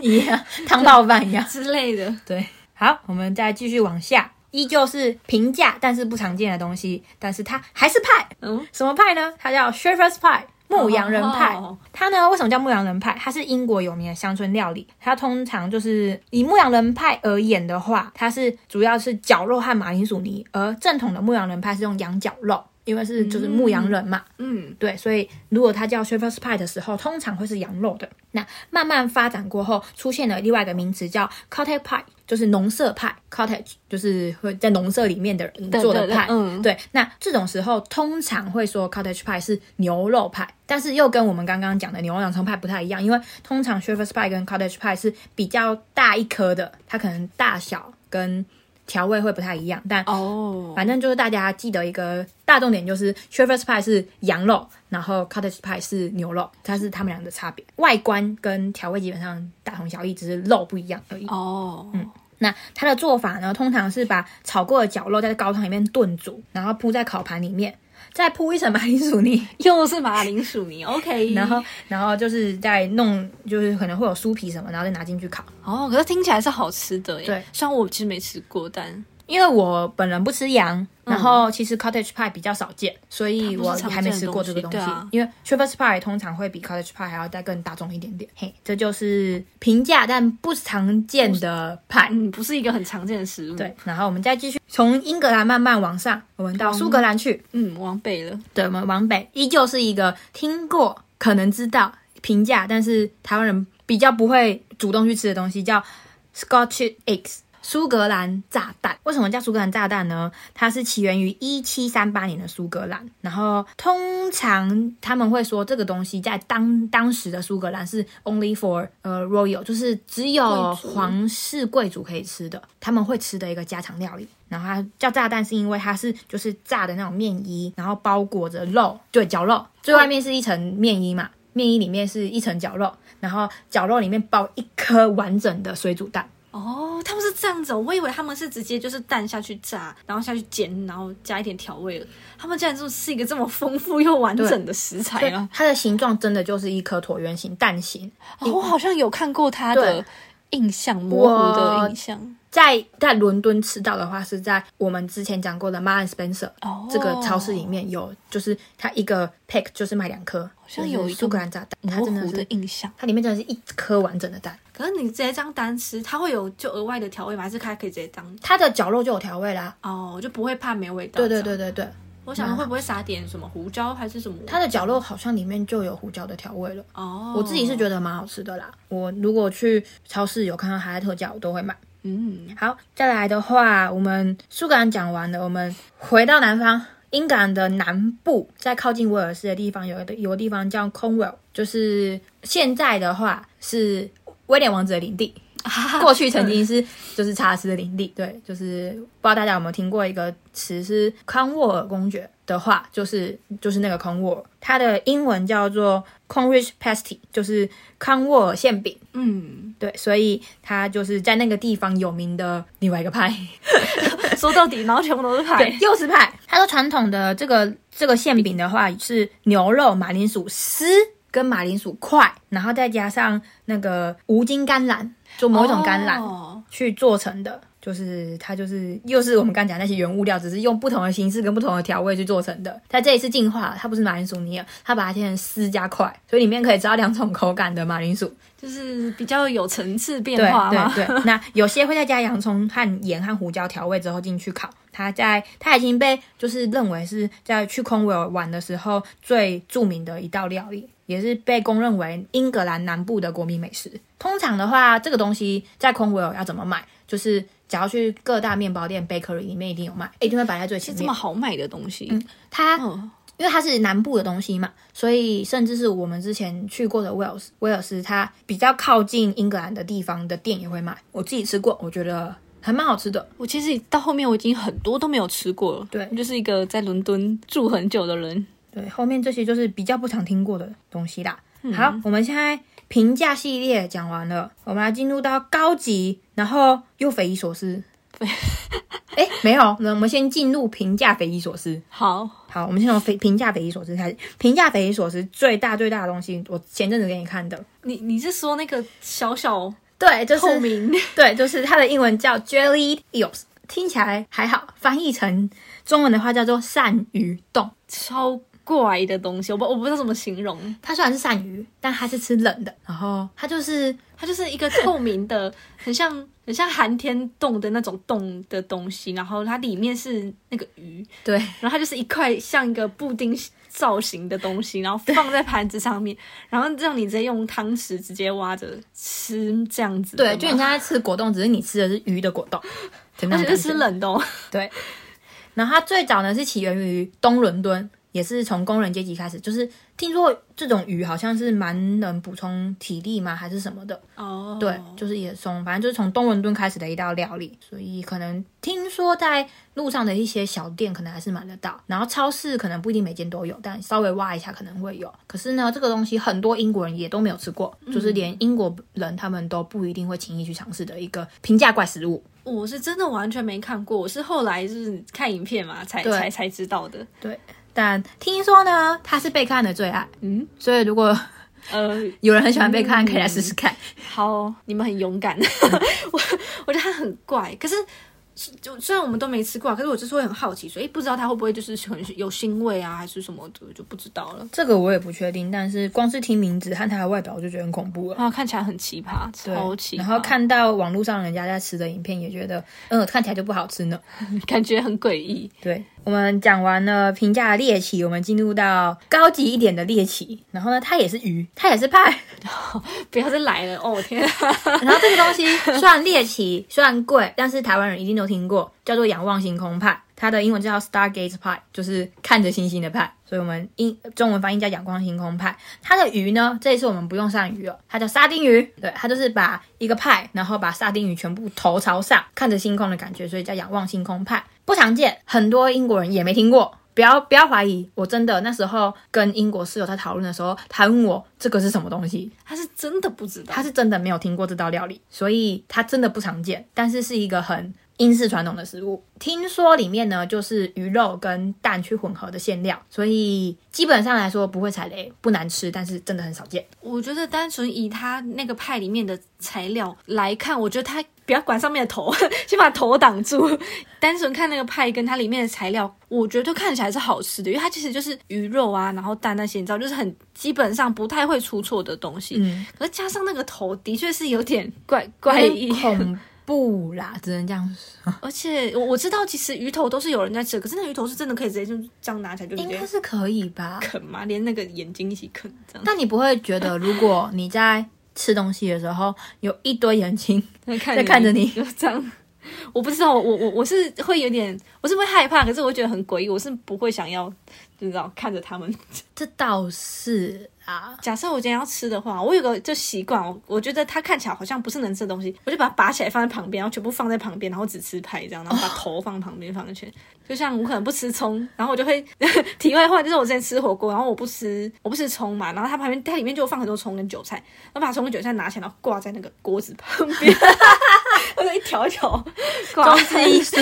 Speaker 1: 一样，汤泡饭一样。
Speaker 2: 之类的。
Speaker 1: 对，好，我们再继续往下，依旧是平价但是不常见的东西，但是它还是派，
Speaker 2: 嗯，
Speaker 1: 什么派呢？它叫 Shepherd's Pie。牧羊人派
Speaker 2: 哦
Speaker 1: 它呢为什么叫牧羊人派？它是英国有名的乡村料理。它通常就是以牧羊人派而言的话，它是主要是绞肉和马铃薯泥，而正统的牧羊人派是用羊绞肉，因为是就是牧羊人嘛，
Speaker 2: 嗯，
Speaker 1: 对，所以如果它叫 shepherd's pie 的时候，通常会是羊肉的。那慢慢发展过后，出现了另外一个名词叫 cottage pie，就是农舍派。cottage 就是会在农舍里面的人
Speaker 2: 对
Speaker 1: 做的
Speaker 2: 对对
Speaker 1: 派。
Speaker 2: 嗯
Speaker 1: 对。那这种时候通常会说 cottage pie 是牛肉派，但是又跟我们刚刚讲的牛肉洋葱派不太一样，因为通常 shepherd's pie 跟 cottage pie 是比较大一颗的，它可能大小跟调味会不太一样，但
Speaker 2: 哦，
Speaker 1: 反正就是大家记得一个大重点，就是 shepherd's pie 是羊肉，然后 cottage pie 是牛肉，它是它们俩的差别。外观跟调味基本上大同小异，只是肉不一样而已。
Speaker 2: 哦，嗯，
Speaker 1: 那它的做法呢，通常是把炒过的绞肉在高汤里面炖煮，然后铺在烤盘里面，再铺一层马铃薯泥，
Speaker 2: 又是马铃薯泥，OK。
Speaker 1: 然后然后就是再弄，就是可能会有酥皮什么，然后再拿进去烤。
Speaker 2: 哦，可是听起来是好吃的耶。
Speaker 1: 对，
Speaker 2: 虽然我其实没吃过，但
Speaker 1: 因为我本人不吃羊，然后其实 cottage pie 比较少见，所以我还没吃过这个东西。
Speaker 2: 它不是常见的东西
Speaker 1: 因为 shepherd's pie 通常会比 cottage pie 还要再更大众一点点。嘿，这就是平价但不常见的派。
Speaker 2: 嗯，不是一个很常见的食物。，
Speaker 1: 对，然后我们再继续从英格兰慢慢往上，我们到苏格兰去。
Speaker 2: 嗯，往北了。
Speaker 1: 对，我们往北依旧是一个听过、可能知道、平价，但是台湾人比较不会主动去吃的东西，叫 Scotch eggs。苏格兰炸弹为什么叫苏格兰炸弹呢？它是起源于一七三八年的苏格兰，然后通常他们会说这个东西在当当时的苏格兰是 only for 呃 royal，就是只有
Speaker 2: 贵族
Speaker 1: 皇室贵族可以吃的，他们会吃的一个家常料理。然后它叫炸弹是因为它是就是炸的那种面衣，然后包裹着肉，对，绞肉，最外面是一层面衣嘛，面衣里面是一层绞肉，然后绞肉里面包一颗完整的水煮蛋。
Speaker 2: 哦，他们是这样子哦，我以为他们是直接就是蛋下去炸，然后下去煎，然后加一点调味了。他们竟然就是一个这么丰富又完整的食材
Speaker 1: 对
Speaker 2: 啊！，
Speaker 1: 它的形状真的就是一颗椭圆形蛋形，
Speaker 2: 哦我好像有看过他的
Speaker 1: 对
Speaker 2: 印象，模糊的
Speaker 1: 我
Speaker 2: 印象。
Speaker 1: 在在伦敦吃到的话，是在我们之前讲过的 Marks Spencer
Speaker 2: 哦，
Speaker 1: 这个超市里面有，就是它一个 pack 就是卖两颗，好
Speaker 2: 像有一个
Speaker 1: 苏格兰炸蛋，它
Speaker 2: 模
Speaker 1: 真的
Speaker 2: 糊的
Speaker 1: 是
Speaker 2: 印象。
Speaker 1: 它里面真的是一颗完整的蛋，
Speaker 2: 可是你直接这样单吃，它会有就额外的调味吗？还是它可以直接当
Speaker 1: 它的绞肉就有调味啦。
Speaker 2: 哦，就不会怕没味道？
Speaker 1: 对对
Speaker 2: 这样，
Speaker 1: 对对对，
Speaker 2: 我想说会不会撒点什么胡椒还是什么？
Speaker 1: 它的绞肉好像里面就有胡椒的调味了。
Speaker 2: 哦，
Speaker 1: 我自己是觉得蛮好吃的啦，我如果去超市有看到它的特价，我都会买。
Speaker 2: 嗯，
Speaker 1: 好，再来的话，我们苏格兰讲完了，我们回到南方，英格兰的南部，在靠近威尔士的地方，有一个有个地方叫 Cornwall，就是现在的话是威廉王子的领地。
Speaker 2: 啊
Speaker 1: 过去曾经是就是查尔斯的领地，对，就是不知道大家有没有听过一个词是康沃尔公爵的话，就是就是那个康沃尔，它的英文叫做 Conrich Pasty，就是康沃尔馅饼。
Speaker 2: 嗯，
Speaker 1: 对，所以它就是在那个地方有名的另外一个派，
Speaker 2: 说到底，然后全部都是
Speaker 1: 对
Speaker 2: 派，，
Speaker 1: 又是派。它的传统的这个这个馅饼的话是牛肉、马铃薯丝跟马铃薯块，然后再加上那个无精甘蓝，就某一种甘蓝、
Speaker 2: 哦
Speaker 1: 去做成的。就是它，就是又是我们刚讲那些原物料，只是用不同的形式跟不同的调味去做成的。它这一次进化，它不是马铃薯泥了，它把它切成丝加块，所以里面可以吃到两种口感的马铃薯。
Speaker 2: 就是比较有层次变
Speaker 1: 对
Speaker 2: 化嘛。
Speaker 1: 对对， 那有些会再加洋葱和盐和胡椒调味之后进去烤。它在它已经被就是认为是在去空维尔玩的时候最著名的一道料理，也是被公认为英格兰南部的国民美食。通常的话，这个东西在空维尔要怎么买？就是只要去各大面包店 bakery 里面一定有卖，哎一定会摆在最前
Speaker 2: 是这
Speaker 1: 面
Speaker 2: 么。好买的东西，
Speaker 1: 它
Speaker 2: 嗯，
Speaker 1: 因为它是南部的东西嘛，所以甚至是我们之前去过的威尔斯，威尔斯它比较靠近英格兰的地方的店也会卖。我自己吃过，我觉得还蛮好吃的。
Speaker 2: 我其实到后面我已经很多都没有吃过了，
Speaker 1: 对
Speaker 2: 我就是一个在伦敦住很久的人，
Speaker 1: 对，后面这些就是比较不常听过的东西啦。好，我们现在平价系列讲完了，我们来进入到高级，然后又匪夷所思。哎，没有，那我们先进入平价匪夷所思。
Speaker 2: 好，
Speaker 1: 好，我们先从非平价匪夷所思开始。平价匪夷所思最大最大的东西，我前阵子给你看的，
Speaker 2: 你你是说那个小小
Speaker 1: 对，就是
Speaker 2: 透明？
Speaker 1: 对，就是它的英文叫 Jelly Eels，听起来还好，翻译成中文的话叫做鳝鱼冻。
Speaker 2: 超怪的东西，我不我不知道怎么形容，
Speaker 1: 它虽然是鳝鱼，但它是吃冷的，然后它就是
Speaker 2: 它就是一个透明的，很像很像寒天冻的那种冻的东西，然后它里面是那个鱼，
Speaker 1: 对
Speaker 2: 然后它就是一块像一个布丁造型的东西，然后放在盘子上面，然后让你直接用汤匙直接挖着吃这样子的
Speaker 1: 对，
Speaker 2: 吗。
Speaker 1: 就你像在吃果冻，只是你吃的是鱼的果冻，真的
Speaker 2: 而且是吃冷的、哦，
Speaker 1: 对，然后它最早呢是起源于东伦敦，也是从工人阶级开始，就是听说这种鱼好像是蛮能补充体力吗，还是什么的？
Speaker 2: 哦，
Speaker 1: 对，就是也从反正就是从东伦敦开始的一道料理，所以可能听说在路上的一些小店可能还是买得到，然后超市可能不一定每间都有，但稍微挖一下可能会有。可是呢，这个东西很多英国人也都没有吃过，
Speaker 2: 嗯
Speaker 1: 就是连英国人他们都不一定会轻易去尝试的一个平价怪食物。
Speaker 2: 我是真的完全没看过，我是后来就是看影片嘛，才
Speaker 1: 对
Speaker 2: 才才知道的。
Speaker 1: 对，但听说呢，它是贝克汉的最爱，
Speaker 2: 嗯，
Speaker 1: 所以如果
Speaker 2: 呃，
Speaker 1: 有人很喜欢贝克汉，可以来试试看。
Speaker 2: 好，你们很勇 敢。我我觉得它很怪，可是就虽然我们都没吃过啊，可是我就是会很好奇，所以不知道它会不会就是很有腥味啊，还是什么的，就不知道了。
Speaker 1: 这个我也不确定，但是光是听名字和它的外表，我就觉得很恐怖了。
Speaker 2: 然后哦看起来很奇葩，
Speaker 1: 对
Speaker 2: 超奇葩，
Speaker 1: 然后看到网络上人家在吃的影片，也觉得，嗯，看起来就不好吃呢。
Speaker 2: 感觉很诡异。
Speaker 1: 对，我们讲完了平价的猎奇，我们进入到高级一点的猎奇。然后呢，它也是鱼，它也是派。
Speaker 2: 不要再来了，哦我 天、啊，
Speaker 1: 然后这个东西虽然猎奇，虽然贵，但是台湾人一定都听过，叫做仰望星空派。它的英文叫 Stargaze 派，就是看着星星的派，所以我们英中文翻译叫仰望星空派。它的鱼呢，这一次我们不用鳝鱼了，哦它叫沙丁鱼。对，它就是把一个派，然后把沙丁鱼全部头朝上，看着星空的感觉，所以叫仰望星空派。不常见，很多英国人也没听过。不要不要怀疑，我真的那时候跟英国室友在讨论的时候，他问我这个是什么东西，
Speaker 2: 他是真的不知道
Speaker 1: 他，是真的没有听过这道料理，所以它真的不常见，但是是一个很英式传统的食物。听说里面呢就是鱼肉跟蛋去混合的馅料，所以基本上来说不会踩雷，不难吃，但是真的很少见。
Speaker 2: 我觉得单纯以它那个派里面的材料来看，我觉得它不要管上面的头，先把头挡住。单纯看那个派跟它里面的材料，我觉得看起来是好吃的，因为它其实就是鱼肉啊，然后蛋那些，你知道，就是很基本上不太会出错的东西。
Speaker 1: 嗯，
Speaker 2: 可是加上那个头，的确是有点怪怪异
Speaker 1: 很。 恐怖啦，只能这样说。
Speaker 2: 而且我我知道，其实鱼头都是有人在吃，可是那鱼头是真的可以直接就这样拿起来就直
Speaker 1: 应
Speaker 2: 接
Speaker 1: 该是可以吧？
Speaker 2: 啃嘛，连那个眼睛一起啃这样。
Speaker 1: 但你不会觉得，如果你在吃东西的时候有一堆眼睛，
Speaker 2: 在看
Speaker 1: 在看着你
Speaker 2: 就这样。我不知道，我我我我是会有点，我是会害怕，可是我觉得很诡异，我是不会想要，你知道看着他们。
Speaker 1: 这倒是 啊，
Speaker 2: 假设我今天要吃的话，我有个就习惯，我我觉得它看起来好像不是能吃的东西，我就把它拔起来放在旁边，然后全部放在旁边，然后只吃排这样，然后把
Speaker 1: 哦
Speaker 2: 头放旁边放一圈。就像我可能不吃葱，然后我就会 题外话，就是我之前吃火锅，然后我不吃我不吃葱嘛，然后它旁边它里面就有放很多葱跟韭菜，然后把葱跟韭菜拿起来，然后挂在那个锅子旁边， 我就一条一条挂
Speaker 1: 中
Speaker 2: 在
Speaker 1: 式意思。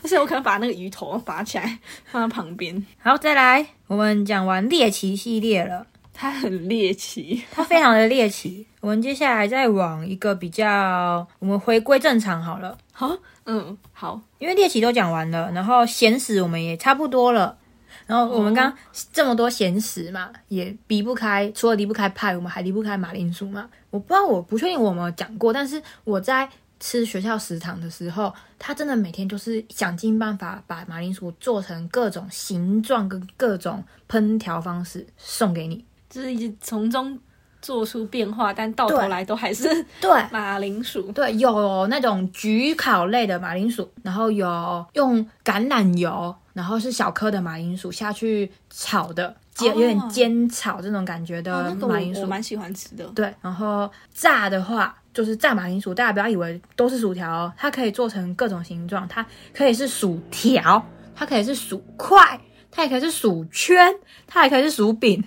Speaker 2: 不是，我可能把那个鱼头拔起来放在旁边，
Speaker 1: 好，再来，我们讲完猎奇系列了，
Speaker 2: 它很猎奇。
Speaker 1: 它非常的猎奇。我们接下来再往一个比较，我们回归正常好了，
Speaker 2: 好，嗯，好，
Speaker 1: 因为猎奇都讲完了，然后闲史我们也差不多了。然后我们刚这么多闲史嘛，也离不开，除了离不开派，我们还离不开马铃薯嘛。我不知道，我不确定我有没有讲过，但是我在吃学校食堂的时候，他真的每天就是想尽办法把马铃薯做成各种形状跟各种烹调方式送给你。
Speaker 2: 就是一直从中做出变化，但到头
Speaker 1: 对
Speaker 2: 来都还 是
Speaker 1: 对，
Speaker 2: 马铃薯。
Speaker 1: 对，有那种焗烤类的马铃薯，然后有用橄榄油，然后是小颗的马铃薯下去炒的，煎、有
Speaker 2: 哦
Speaker 1: 点煎炒这种感觉
Speaker 2: 哦
Speaker 1: 的
Speaker 2: 那个
Speaker 1: 马铃
Speaker 2: 我
Speaker 1: 薯。
Speaker 2: 我蛮喜欢吃的，
Speaker 1: 对，然后炸的话就是炸马铃薯，大家不要以为都是薯条哦，它可以做成各种形状，它可以是薯条，它可以是薯块，它也可以是薯圈，它也可以是薯 饼。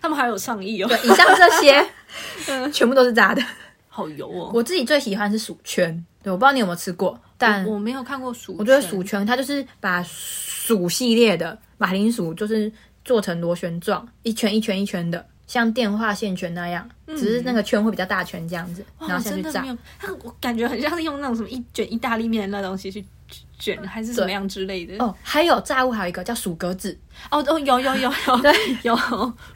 Speaker 2: 他们还有上亿哦，
Speaker 1: 对，以上这些 全部都是炸的。
Speaker 2: 好油哦。
Speaker 1: 我自己最喜欢是薯圈，对，我不知道你有没有吃过，但
Speaker 2: 我我没有看过薯，
Speaker 1: 我觉得薯圈它就是把薯系列的马铃薯就是做成螺旋状，一圈一圈一圈的，像电话线圈那样，只是那个圈会比较大圈这样子，
Speaker 2: 嗯哇，
Speaker 1: 然
Speaker 2: 我
Speaker 1: 后下
Speaker 2: 真
Speaker 1: 去
Speaker 2: 的
Speaker 1: 炸
Speaker 2: 没。有，它我感觉很像是用那种什么一卷意大利面的那东西去卷，还是怎么样之类的。哦
Speaker 1: 哦，还有炸物还有一个叫薯格子，
Speaker 2: 哦，有有有有， 对，有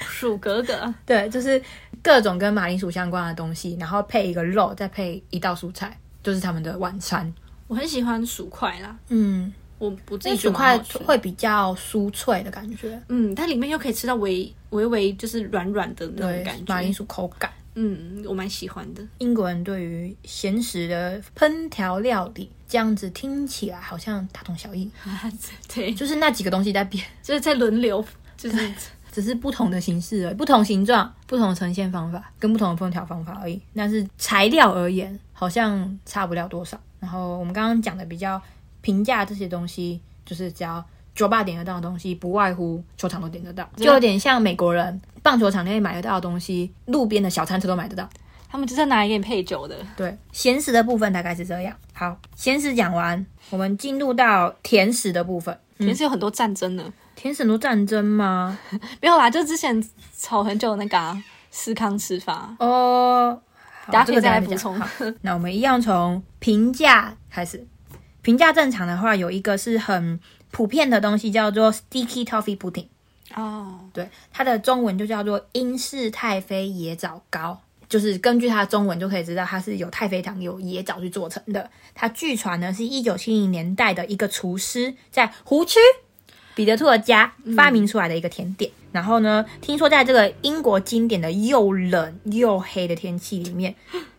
Speaker 2: 薯格格，
Speaker 1: 对，就是各种跟马铃薯相关的东西，然后配一个肉，再配一道蔬菜，就是他们的晚餐。
Speaker 2: 我很喜欢薯块啦，
Speaker 1: 嗯，
Speaker 2: 我我自
Speaker 1: 这
Speaker 2: 己觉
Speaker 1: 薯
Speaker 2: 得蛮
Speaker 1: 块
Speaker 2: 好吃的。
Speaker 1: 会比较酥脆的感觉，
Speaker 2: 嗯，它里面又可以吃到微微微就是软软的那种
Speaker 1: 对
Speaker 2: 感，
Speaker 1: 马铃
Speaker 2: 觉，
Speaker 1: 薯口感。
Speaker 2: 嗯，我蛮喜欢的。
Speaker 1: 英国人对于咸食的烹调料理，这样子听起来好像大同小异，
Speaker 2: 对，
Speaker 1: 就是那几个东西在变，
Speaker 2: 就是在轮流，就是
Speaker 1: 只是不同的形式而已，不同形状、不同呈现方法跟不同的烹调方法而已。但是材料而言，好像差不了多少。然后我们刚刚讲的比较平价这些东西，就是只要酒吧点得到的东西，不外乎球场都点得到，就有点像美国人棒球场内买得到的东西，路边的小餐车都买得到。
Speaker 2: 他们就是拿来给你配酒的。
Speaker 1: 对，咸食的部分大概是这样。好，咸食讲完，我们进入到甜食的部分。嗯
Speaker 2: 也是有很多战争的，
Speaker 1: 甜食很多战争吗？
Speaker 2: 没有啦，就之前吵很久的那个啊司、康吃法，
Speaker 1: 哦，好
Speaker 2: 大家可
Speaker 1: 这
Speaker 2: 以
Speaker 1: 个等
Speaker 2: 再
Speaker 1: 下
Speaker 2: 来
Speaker 1: 再
Speaker 2: 补
Speaker 1: 讲
Speaker 2: 充。
Speaker 1: 好那我们一样从平价开始。平价正常的话，有一个是很普遍的东西，叫做 sticky toffee pudding。
Speaker 2: 哦，
Speaker 1: 对，它的中文就叫做英式太妃椰枣糕，就是根据它的中文就可以知道它是有太妃糖、有椰枣去做成的。它据传呢是一九七零年代的一个厨师在湖区彼得兔的家发明出来的一个甜点。然后呢，听说在这个英国经典的又冷又黑的天气里面，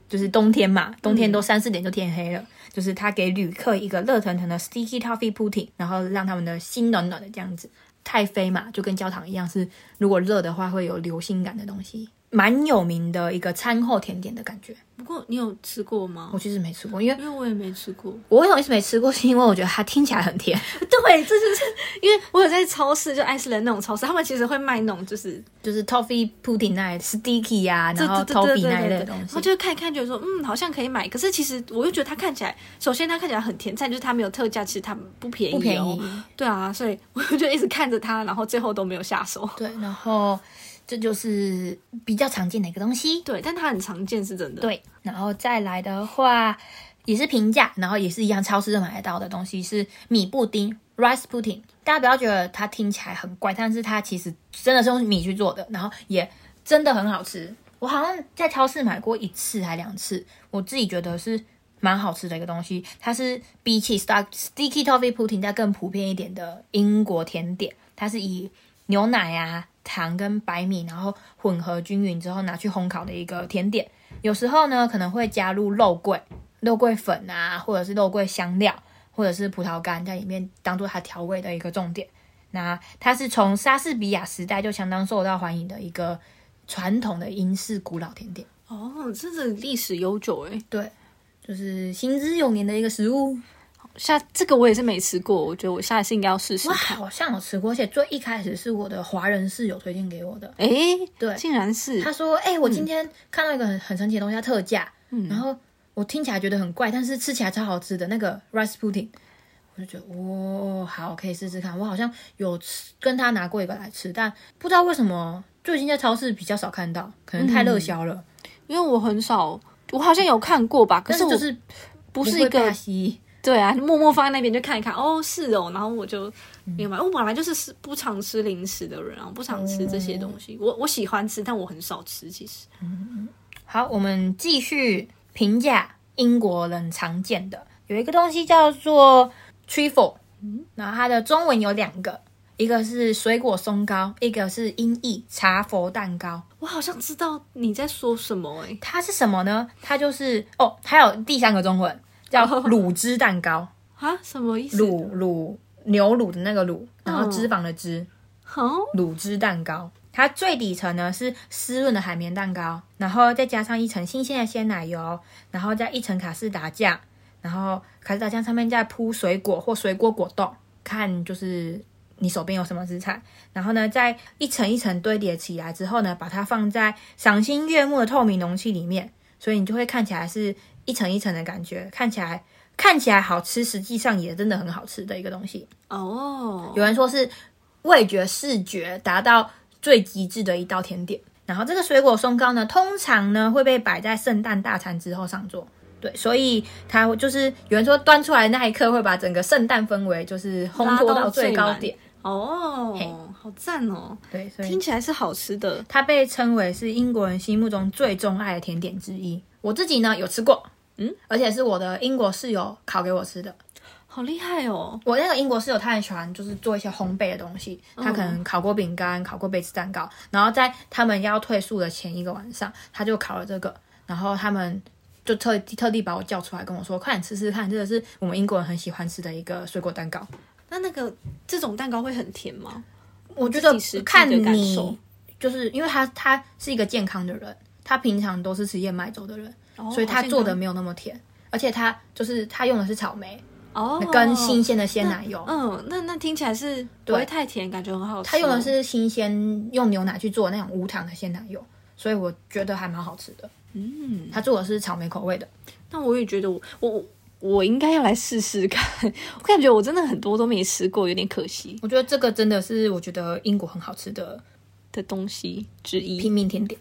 Speaker 1: 就是冬天嘛，冬天都三四点就天黑了。就是他给旅客一个热腾腾的 sticky toffee pudding，然后让他们的心暖暖的这样子。太妃嘛，就跟焦糖一样，是如果热的话会有流心感的东西，蛮有名的一个餐后甜点的感觉。
Speaker 2: 不过你有吃过吗
Speaker 1: 我？其实没吃过，因为
Speaker 2: 因为我也没吃过，
Speaker 1: 我为什么一直没吃过，是因为我觉得它听起来很甜，
Speaker 2: 对，这就是因为我有在超市，就爱斯兰那种超市，他们其实会卖那种就是
Speaker 1: 就是 toffee pudding 那一 sticky 呀、然后
Speaker 2: 对对对
Speaker 1: toffee
Speaker 2: 对
Speaker 1: 那一类
Speaker 2: 对
Speaker 1: 的
Speaker 2: 对
Speaker 1: 东
Speaker 2: 然
Speaker 1: 西
Speaker 2: 后。就看一看，觉得说嗯，好像可以买。可是其实我又觉得它看起来，首先它看起来很甜，再就是它没有特价，其实它不便宜、哦，
Speaker 1: 不便宜
Speaker 2: 对啊，所以我就一直看着它，然后最后都没有下手。
Speaker 1: 对，然后这就是比较常见的一个东西。
Speaker 2: 对，但它很常见，是真的。，
Speaker 1: 对，然后再来的话也是平价，然后也是一样超市就买得到的东西是米布丁 （rice pudding）。大家不要觉得它听起来很怪，但是它其实真的是用米去做的，然后也真的很好吃。我好像在超市买过一次还两次，我自己觉得是蛮好吃的一个东西。它是比起 sta- sticky toffee pudding 再更普遍一点的英国甜点，它是以牛奶啊、糖跟白米，然后混合均匀之后拿去烘烤的一个甜点。有时候呢，可能会加入肉桂、肉桂粉啊，或者是肉桂香料，或者是葡萄干在里面当做它调味的一个重点。那它是从莎士比亚时代就相当受到欢迎的一个传统的英式古老甜点。
Speaker 2: 哦，真的历史悠久哎。
Speaker 1: 对，就是行之有年的一个食物。
Speaker 2: 下这个我也是没吃过，我觉得我下一次应该要试试
Speaker 1: 哇，
Speaker 2: 看。
Speaker 1: 好像有吃过，而且最一开始是我的华人室友推荐给我的。
Speaker 2: 诶，
Speaker 1: 对
Speaker 2: 竟然是
Speaker 1: 他说：“哎、我今天看到一个很很神奇的东西，它特价。
Speaker 2: 嗯
Speaker 1: 然后我听起来觉得很怪，但是吃起来超好吃的那个 rice pudding，我就觉得哦，好，可以试试看。我好像有吃跟他拿过一个来吃，但不知道为什么最近在超市比较少看到，可能
Speaker 2: 嗯
Speaker 1: 太热销了。
Speaker 2: 因为我很少，我好像有看过吧，可
Speaker 1: 但
Speaker 2: 是我
Speaker 1: 就是
Speaker 2: 不
Speaker 1: 不
Speaker 2: 是一
Speaker 1: 会被它
Speaker 2: 个
Speaker 1: 吸引
Speaker 2: 对啊，默默放在那边就看一看，哦，是哦，然后我就
Speaker 1: 嗯
Speaker 2: 没有买。我本来就是吃不常吃零食的人啊，我不常吃这
Speaker 1: 哦
Speaker 2: 些东西。我我喜欢吃，但我很少吃。其实
Speaker 1: 好，我们继续评价英国人常见的有一个东西叫做 trifle，然后它的中文有两个，一个是水果松糕，一个是音译茶佛蛋糕。
Speaker 2: 我好像知道你在说什么欸诶、
Speaker 1: 它是什么呢？它就是哦，还有第三个中文叫乳汁蛋糕，
Speaker 2: 啊，什么意思？
Speaker 1: 乳乳牛乳的那个乳，然后脂肪的脂，
Speaker 2: 哦，
Speaker 1: 乳汁蛋糕。它最底层呢是湿润的海绵蛋糕，然后再加上一层新鲜的鲜奶油，然后再一层卡士达酱，然后卡士达酱上面再铺水果或水果果冻，看就是你手边有什么食材。然后呢，再一层一层堆叠起来之后呢，把它放在赏心悦目的透明容器里面，所以你就会看起来是一层一层的感觉，看起来看起来好吃，实际上也真的很好吃的一个东西。
Speaker 2: 哦，
Speaker 1: 有人说是味觉、视觉达到最极致的一道甜点。然后这个水果松糕呢，通常呢会被摆在圣诞大餐之后上桌。对，所以它就是有人说端出来的那一刻会把整个圣诞氛围就是烘托到最高点。嘿
Speaker 2: 哦，好赞哦，
Speaker 1: 对，所以
Speaker 2: 听起来是好吃的。
Speaker 1: 它被称为是英国人心目中最钟爱的甜点之一。我自己呢有吃过，嗯，而且是我的英国室友烤给我吃的。
Speaker 2: 好厉害哦！
Speaker 1: 我那个英国室友，他很喜欢就是做一些烘焙的东西，
Speaker 2: 嗯
Speaker 1: 他可能烤过饼干，烤过贝斯蛋糕，然后在他们要退宿的前一个晚上，他就烤了这个，然后他们就特地特地把我叫出来跟我说，快点吃吃看，这个是我们英国人很喜欢吃的一个水果蛋糕。
Speaker 2: 那那个这种蛋糕会很甜吗？
Speaker 1: 我觉
Speaker 2: 自己实际
Speaker 1: 得
Speaker 2: 的
Speaker 1: 看
Speaker 2: 感
Speaker 1: 你
Speaker 2: 受，
Speaker 1: 就是因为他他是一个健康的人，他平常都是吃燕麦粥的人，
Speaker 2: 哦
Speaker 1: 所以他
Speaker 2: 好像
Speaker 1: 做的没有那么甜，而且他就是他用的是草莓
Speaker 2: 哦，
Speaker 1: 跟新鲜的鲜奶油。
Speaker 2: 嗯，那那听起来是不会太甜，感觉很好吃哦。
Speaker 1: 它用的是新鲜用牛奶去做的那种无糖的鲜奶油，所以我觉得还蛮好吃的。嗯，它做的是草莓口味的，
Speaker 2: 那我也觉得我我我应该要来试试看。我感觉我真的很多都没吃过，有点可惜
Speaker 1: 我觉得这个真的是我觉得英国很好吃的
Speaker 2: 的东西之一。
Speaker 1: 平民甜 点。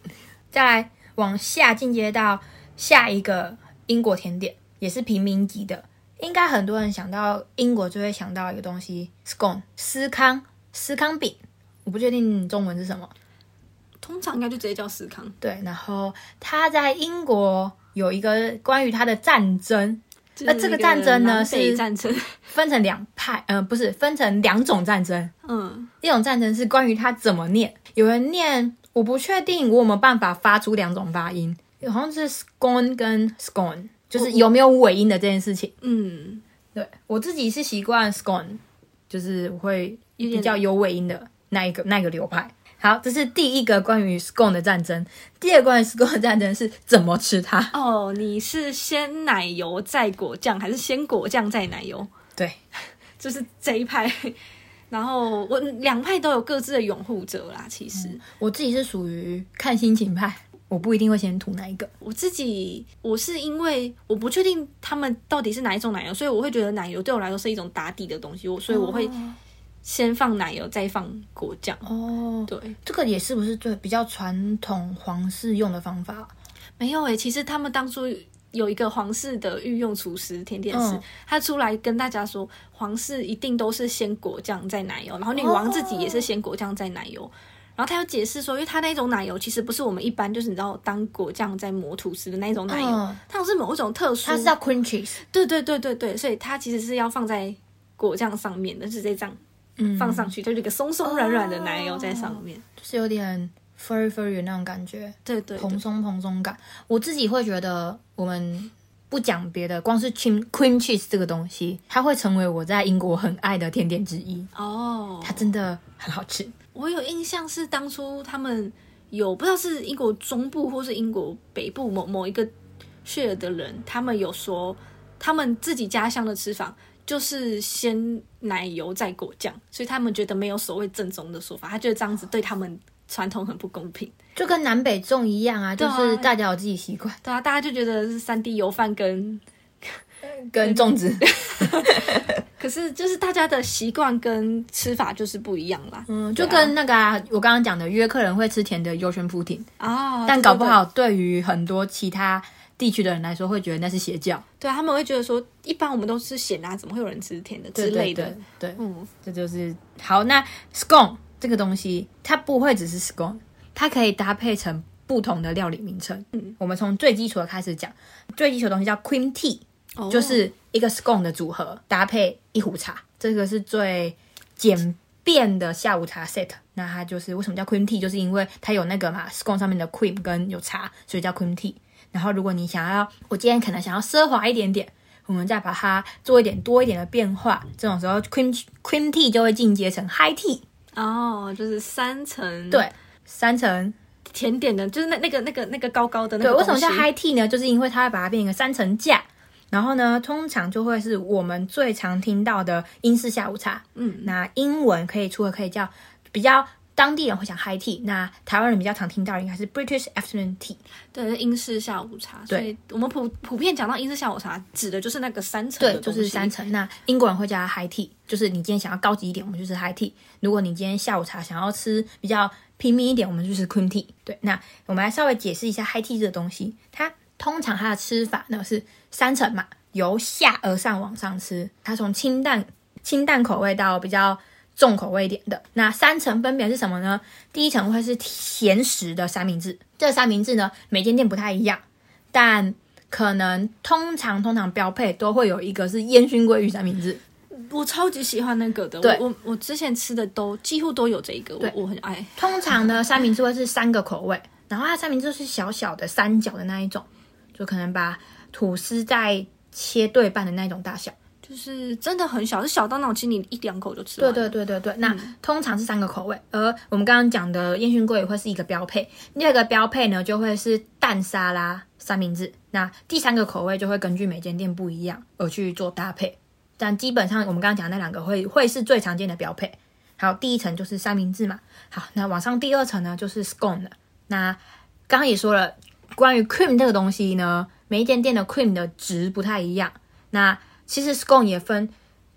Speaker 1: 再来往下进阶到下一个英国甜点，也是平民级的。应该很多人想到英国就会想到一个东西，scone 司康司康饼，我不确定中文是什么。
Speaker 2: 通常应该就直接叫司康。
Speaker 1: 对，然后它在英国有一个关于它的战争，
Speaker 2: 那
Speaker 1: 这个战争呢是
Speaker 2: 呃战争，
Speaker 1: 分成两派，嗯、不是分成两种战争。
Speaker 2: 嗯，
Speaker 1: 一种战争是关于它怎么念，有人念，我不确定我有没有办法发出两种发音，好像是 scone 跟 scone，就是有没有尾音的这件事情。
Speaker 2: 嗯，
Speaker 1: 对我自己是习惯 scone，就是我会
Speaker 2: 有
Speaker 1: 比
Speaker 2: 点
Speaker 1: 较有尾音的那一个那一个流派。好，这是第一个关于 scone 的战争。第二个关于 scone 的战争是怎么吃它。
Speaker 2: 哦，你是先奶油再果酱，还是先果酱再奶油？
Speaker 1: 对，
Speaker 2: 就是这一派。然后我两派都有各自的拥护者啦。其实、
Speaker 1: 我自己是属于看心情派，我不一定会先涂哪一个。
Speaker 2: 我自己我是因为我不确定他们到底是哪一种奶油，所以我会觉得奶油对我来说是一种打底的东西，我所以我会先放奶油，再放果酱。
Speaker 1: 哦，
Speaker 2: 对，
Speaker 1: 这个也是不是最比较传统皇室用的方法？
Speaker 2: 没有诶、欸其实他们当初有一个皇室的御用厨师甜点师，
Speaker 1: 嗯
Speaker 2: 他出来跟大家说，皇室一定都是先果酱再奶油，然后女王自己也是先果酱再奶油。然后他又解释说，因为他那种奶油其实不是我们一般就是你知道当果酱在磨吐司的那种奶油，
Speaker 1: 嗯
Speaker 2: 它好像是某一种特殊，
Speaker 1: 它是叫 cream cheese，
Speaker 2: 对对对对对，所以它其实是要放在果酱上面的，就是这样
Speaker 1: 嗯
Speaker 2: 放上去，就是一个松松软软的奶油在上面。
Speaker 1: 就是有点 furry furry 的那种感觉，
Speaker 2: 对对对
Speaker 1: 蓬松蓬松感。我自己会觉得我们不讲别的，光是 cream cream cheese 这个东西，它会成为我在英国很爱的甜点之一。
Speaker 2: 哦，
Speaker 1: 它真的很好吃，
Speaker 2: 我有印象是当初他们有不知道是英国中部或是英国北部某某一个 share 的人，他们有说他们自己家乡的吃法就是先奶油再果酱，所以他们觉得没有所谓正宗的说法，他觉得这样子对他们传统很不公平。
Speaker 1: 就跟南北粽一样啊，就
Speaker 2: 啊
Speaker 1: 是大家有自己习惯，
Speaker 2: 对啊，大家就觉得是三 D 油饭跟，
Speaker 1: 跟啊粽 子。
Speaker 2: 可是就是大家的习惯跟吃法就是不一样啦。
Speaker 1: 嗯，就
Speaker 2: 对啊
Speaker 1: 跟那个、啊、我刚刚讲的约客人会吃甜的优选 pudding，
Speaker 2: 啊，
Speaker 1: 但
Speaker 2: 对
Speaker 1: 搞不。
Speaker 2: 对对
Speaker 1: 好对于很多其他地区的人来说，会觉得那是邪教
Speaker 2: 对啊，他们会觉得说，一般我们都吃咸啊，怎么会有人吃甜的之类的？。
Speaker 1: 对对对对，
Speaker 2: 嗯，
Speaker 1: 这就是好。那 scone 这个东西，它不会只是 scone，它可以搭配成不同的料理名称。嗯，我们从最基础的开始讲，最基础的东西叫 cream tea，、
Speaker 2: 哦
Speaker 1: 就是一个 scone 的组合搭配一壶茶，这个是最简便的下午茶 set。那它就是为什么叫 cream tea，就是因为它有那个嘛 scone 上面的 cream 跟有茶，所以叫 cream tea。然后如果你想要，我今天可能想要奢华一点点，我们再把它做一点多一点的变化，这种时候 cream cream tea 就会进阶成 high tea。
Speaker 2: 哦，就是三层
Speaker 1: 对，三层
Speaker 2: 甜点的，就是那那个那个那个高高的那
Speaker 1: 对，
Speaker 2: 个
Speaker 1: 为什么叫
Speaker 2: 东西
Speaker 1: high tea 呢？就是因为它会把它变成一个三层架，然后呢，通常就会是我们最常听到的英式下午茶。
Speaker 2: 嗯，
Speaker 1: 那英文可以除了可以叫比较当地人会讲 high tea，那台湾人比较常听到的应该是 British afternoon tea。
Speaker 2: 对，是英式下午茶。所以我们普普遍讲到英式下午茶，指的就是那个三层
Speaker 1: 对
Speaker 2: 的，
Speaker 1: 就
Speaker 2: 东西
Speaker 1: 是三层。那英国人会叫它 high tea，就是你今天想要高级一点，我们就是 high tea；如果你今天下午茶想要吃比较平民一点，我们就是 cream tea。对，那我们来稍微解释一下 high tea 这个东西，它通常它的吃法呢是三层嘛，由下而上往上吃，它从清淡清淡口味到比较。重口味一点的那三层分别是什么呢？第一层会是咸食的三明治，这三明治呢每间店不太一样，但可能通常通常标配都会有一个是烟熏鲑鱼三明治，
Speaker 2: 我超级喜欢那个的。
Speaker 1: 对
Speaker 2: 我我我之前吃的都几乎都有这一个，我
Speaker 1: 对
Speaker 2: 我很哎爱。
Speaker 1: 通常呢三明治会是三个口味，然后它三明治是小小的三角的那一种，就可能把吐司再切对半的那一种大小。
Speaker 2: 就是真的很小，是小到那种其实你一两口就吃完嗯
Speaker 1: 对
Speaker 2: 了。
Speaker 1: 对对对对，那、通常是三个口味，而我们刚刚讲的烟熏鲑鱼会是一个标配，第二个标配呢就会是蛋沙拉三明治，那第三个口味就会根据每间店不一样而去做搭配，但基本上我们刚刚讲的那两个会会是最常见的标配。好，第一层就是三明治嘛，好，那往上第二层呢就是 scone 了，那刚刚也说了，关于 cream 这个东西呢，每一间店的 cream 的值不太一样，那其实 scone 也分。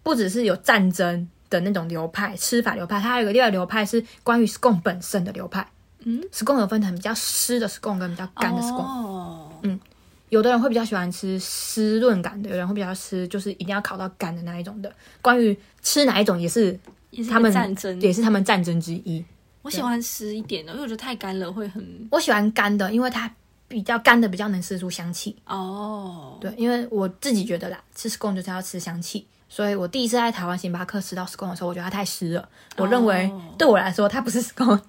Speaker 1: 不只是有战争的那种流派吃法流派，它还有一个另外流派是关于 scone 本身的流派。嗯，scone 有分成比较湿的 scone 跟比较干的 scone，、
Speaker 2: 哦，
Speaker 1: 有的人会比较喜欢吃湿润感的，有人会比较吃就是一定要烤到干的那一种的。关于吃哪一种也是
Speaker 2: 也是一
Speaker 1: 他
Speaker 2: 个
Speaker 1: 们
Speaker 2: 战争。
Speaker 1: 也是他们战争之一。
Speaker 2: 我喜欢湿一点的，因为我觉得太干了会很
Speaker 1: 我喜欢干的，因为它比较干的比较能吃出香气。
Speaker 2: 哦。
Speaker 1: 对，因为我自己觉得啦，吃 scone 就是要吃香气，所以我第一次在台湾星巴克吃到 scone 的时候，我觉得它太湿了。我认为、
Speaker 2: 哦
Speaker 1: 对我来说，它不是 scone，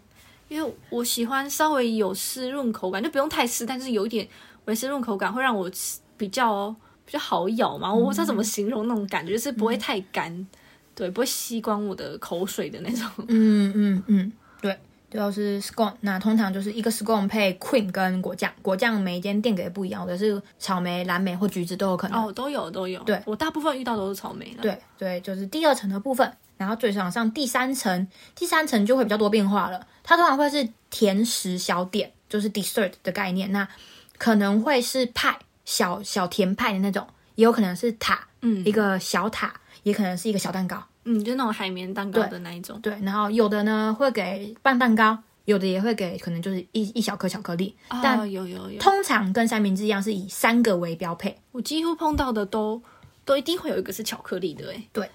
Speaker 2: 因为我喜欢稍微有湿润口感，就不用太湿，但是有一点微湿润口感，会让我吃比较比较好咬嘛。我不
Speaker 1: 嗯
Speaker 2: 知道怎么形容那种感觉，就是不会太干，对，不会吸光我的口水的那种。
Speaker 1: 嗯嗯嗯，对，就是 scone。那通常就是一个 scone 配 cream 跟果酱，果酱每一间店给的不一样，有的是草莓、蓝莓或橘子都有可能。
Speaker 2: 哦，都有都有。
Speaker 1: 嗯对
Speaker 2: 我大部分遇到都是草莓了。，
Speaker 1: 对对，就是第二层的部分，然后最上上第三层，第三层就会比较多变化了。它通常会是甜食小点，就是 dessert 的概念。那可能会是派，小小甜派的那种，也有可能是塔，
Speaker 2: 嗯
Speaker 1: 一个小塔，也可能是一个小蛋糕。
Speaker 2: 嗯，就那种海绵蛋糕的那一种。
Speaker 1: 对，然后有的呢会给半蛋糕，有的也会给可能就是一一小颗巧克力，但
Speaker 2: 哦，有有有，
Speaker 1: 通常跟三明治一样是以三个为标配。
Speaker 2: 我几乎碰到的都都一定会有一个是巧克力的、欸，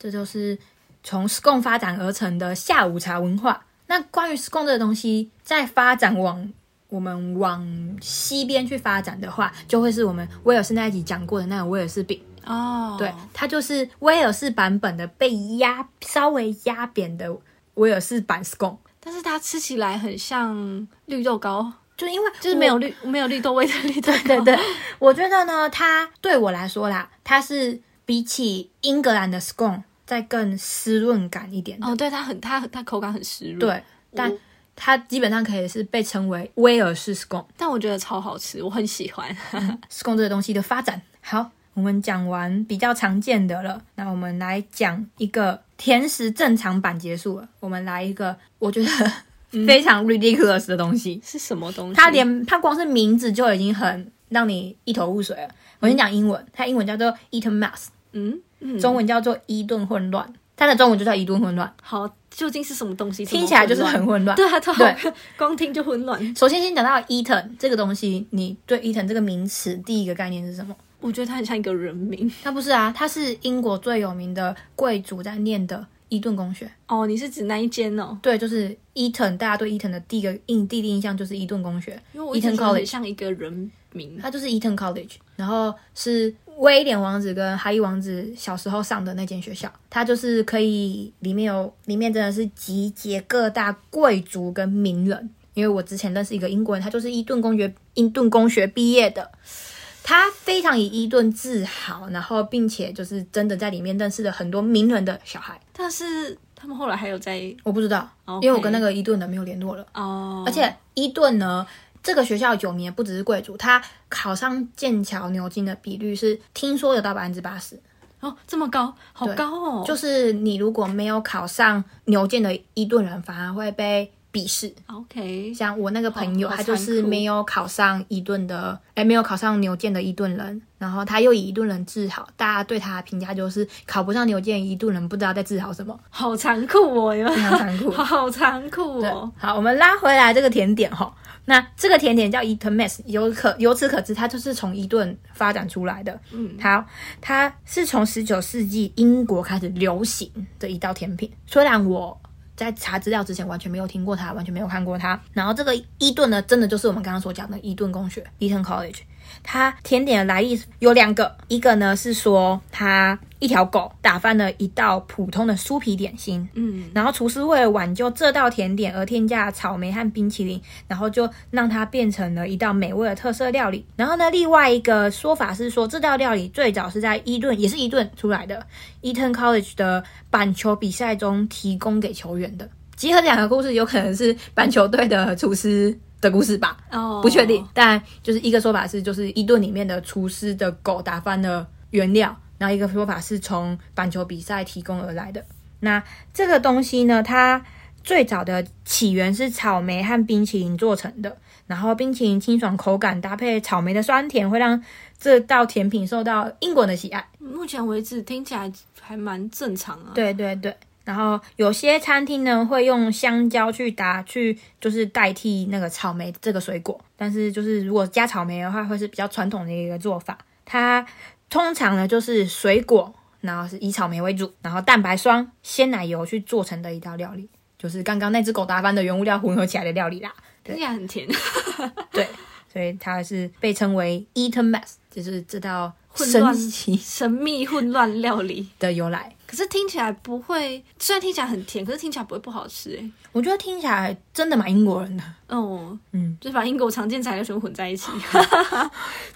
Speaker 1: 这就是从 scone 发展而成的下午茶文化。那关于 scone 这个东西，在发展往我们往西边去发展的话，就会是我们威尔士那一集讲过的那个威尔士饼。
Speaker 2: 哦，
Speaker 1: 对，它就是威尔士版本的被压稍微压扁的威尔士版 scone。
Speaker 2: 但是它吃起来很像绿豆糕，
Speaker 1: 就因为
Speaker 2: 就是
Speaker 1: 我
Speaker 2: 没有绿没有绿豆味的绿豆糕。
Speaker 1: 对对，我觉得呢，它对我来说啦，它是比起英格兰的 scone 再更湿润感一点的。
Speaker 2: 哦，对，它很它它口感很湿润。，
Speaker 1: 对，但它基本上可以是被称为威尔士 scone。
Speaker 2: 但我觉得超好吃，我很喜欢。
Speaker 1: scone 这个东西的发展。好，我们讲完比较常见的了，那我们来讲一个甜食正常版结束了。我们来一个我 觉得非常 ridiculous 的东西，
Speaker 2: 是什么东西？
Speaker 1: 它连它光是名字就已经很让你一头雾水了。我先讲英文，它英文叫做 Eaton Mass，
Speaker 2: 嗯嗯，
Speaker 1: 中文叫做伊顿混乱，它的中文就叫伊顿混乱，
Speaker 2: 好，究竟是什么东西？
Speaker 1: 听起来就是
Speaker 2: 这么
Speaker 1: 很混乱。
Speaker 2: 混乱对啊，它
Speaker 1: 对
Speaker 2: 好 光听就混乱。
Speaker 1: 首先先讲到 Eaton 这个东西，你对 Eaton 这个名词第一个概念是什么？
Speaker 2: 我觉得它很像一个人名。
Speaker 1: 它不是啊，它是英国最有名的贵族在念的伊顿公学。
Speaker 2: 哦，你是指那一间哦？
Speaker 1: 对，就是伊藤，大家对伊藤的第一个印第一印象就是伊顿公学，
Speaker 2: 因为我一直
Speaker 1: Eton
Speaker 2: 觉得
Speaker 1: College
Speaker 2: 很像一个人名。
Speaker 1: 它就是伊藤 College，然后是威廉王子跟哈利王子小时候上的那间学校，它就是可以里面有里面真的是集结各大贵族跟名人，因为我之前认识一个英国人，他就是伊顿公学伊顿公学毕业的。他非常以伊顿自豪，然后并且就是真的在里面认识了很多名人的小孩。
Speaker 2: 但是他们后来还有在
Speaker 1: 我不知道
Speaker 2: OK
Speaker 1: 因为我跟那个伊顿的没有联络了。
Speaker 2: 哦，
Speaker 1: 而且伊顿呢，这个学校有名也不只是贵族，他考上剑桥、牛津的比率是听说有到百分之八十，
Speaker 2: 哦这么高，好高哦，
Speaker 1: 就是你如果没有考上牛剑的伊顿人，反而会被鄙视。
Speaker 2: 啊 OK，
Speaker 1: 像我那个朋友，
Speaker 2: 哦好好
Speaker 1: 他就是
Speaker 2: 残酷
Speaker 1: 没有考上伊顿的，哎，没有考上牛剑的伊顿人，然后他又以伊顿人自豪，大家对他的评价就是考不上牛剑伊顿人，不知道在自豪什么，
Speaker 2: 好残酷哦，你们
Speaker 1: 非常残酷。
Speaker 2: 好残酷
Speaker 1: 对
Speaker 2: 哦。，
Speaker 1: 好，我们拉回来这个甜点哈。那这个甜点叫 Eaton Mess，由可由此可知，它就是从伊顿发展出来的。嗯，好，它是从十九世纪英国开始流行的一道甜品。虽然我在查资料之前完全没有听过它，完全没有看过它。然后这个伊顿呢，真的就是我们刚刚所讲的伊顿公学 （Eton College）。它甜点的来历有两个，一个呢是说它一条狗打翻了一道普通的酥皮点心，
Speaker 2: 嗯，
Speaker 1: 然后厨师为了挽救这道甜点而添加了草莓和冰淇淋，然后就让它变成了一道美味的特色料理。然后呢，另外一个说法是说，这道料理最早是在伊顿，也是伊顿出来的 Eton College 的板球比赛中提供给球员的。结合两个故事，有可能是板球队的厨师的故事吧。
Speaker 2: 哦，
Speaker 1: 不确定，但就是一个说法是，就是伊顿里面的厨师的狗打翻了原料，然后一个说法是从板球比赛提供而来的。那这个东西呢，它最早的起源是草莓和冰淇淋做成的，然后冰淇淋清爽口感搭配草莓的酸甜，会让这道甜品受到英国人的喜爱。
Speaker 2: 目前为止听起来还蛮正常啊。
Speaker 1: 对对对。然后有些餐厅呢会用香蕉去搭去，就是代替那个草莓这个水果。但是就是如果加草莓的话，会是比较传统的一个做法。它通常呢就是水果，然后是以草莓为主，然后蛋白霜、鲜奶油去做成的一道料理，就是刚刚那只狗打翻的原物料混合起来的料理 啦。
Speaker 2: 听起来很甜，
Speaker 1: 对，所以它是被称为 Eaten Mess，就是这道
Speaker 2: 混乱
Speaker 1: 神奇
Speaker 2: 神秘混乱料理。
Speaker 1: 的由来。
Speaker 2: 可是听起来不会，虽然听起来很甜，可是听起来不会不好吃哎。
Speaker 1: 我觉得听起来真的蛮英国人的。
Speaker 2: 哦，
Speaker 1: 嗯，
Speaker 2: 就是把英国常见材料全部混在一 起，对啊，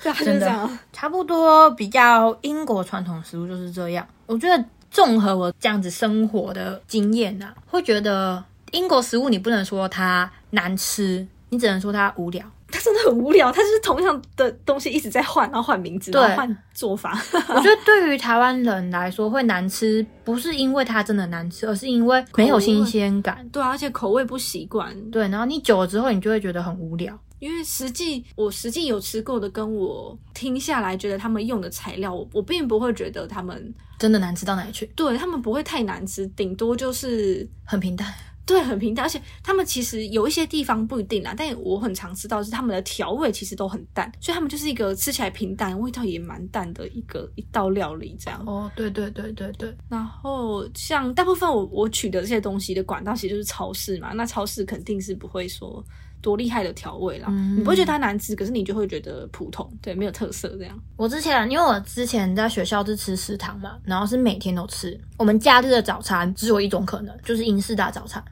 Speaker 2: 就是
Speaker 1: 真的
Speaker 2: 这样。
Speaker 1: 差不多比较英国传统食物就是这样。我觉得综合我这样子生活的经验啊，会觉得英国食物你不能说它难吃，你只能说它 无聊。
Speaker 2: 它真的很无聊，它就是同样的东西一直在换，然后换名字，
Speaker 1: 对
Speaker 2: 然后换做 法。
Speaker 1: 我觉得对于台湾人来说会难吃，不是因为它真的难吃，而是因为没有新鲜感。
Speaker 2: 对啊，而且口味不习惯，
Speaker 1: 对，然后你久了之后，你就会觉得很无聊。
Speaker 2: 因为实际我实际有吃过的，跟我听下来觉得他们用的材料，我我并不会觉得他们
Speaker 1: 真的难吃到哪里去？
Speaker 2: 对他们不会太难吃，顶多就是
Speaker 1: 很平淡。
Speaker 2: 对很平淡，而且他们其实有一些地方不一定啦，但我很常吃到是他们的调味其实都很淡，所以他们就是一个吃起来平淡，味道也蛮淡的一个一道料理这样。
Speaker 1: 哦，对对对对对，
Speaker 2: 然后像大部分我我取得这些东西的管道其实就是超市嘛，那超市肯定是不会说多厉害的调味啦，你不会觉得它难吃，可是你就会觉得普通，对，没有特色这样。
Speaker 1: 我之前因为我之前在学校是吃食堂嘛，然后是每天都吃。我们假日的早餐只有一种可能，就是英式大 早餐。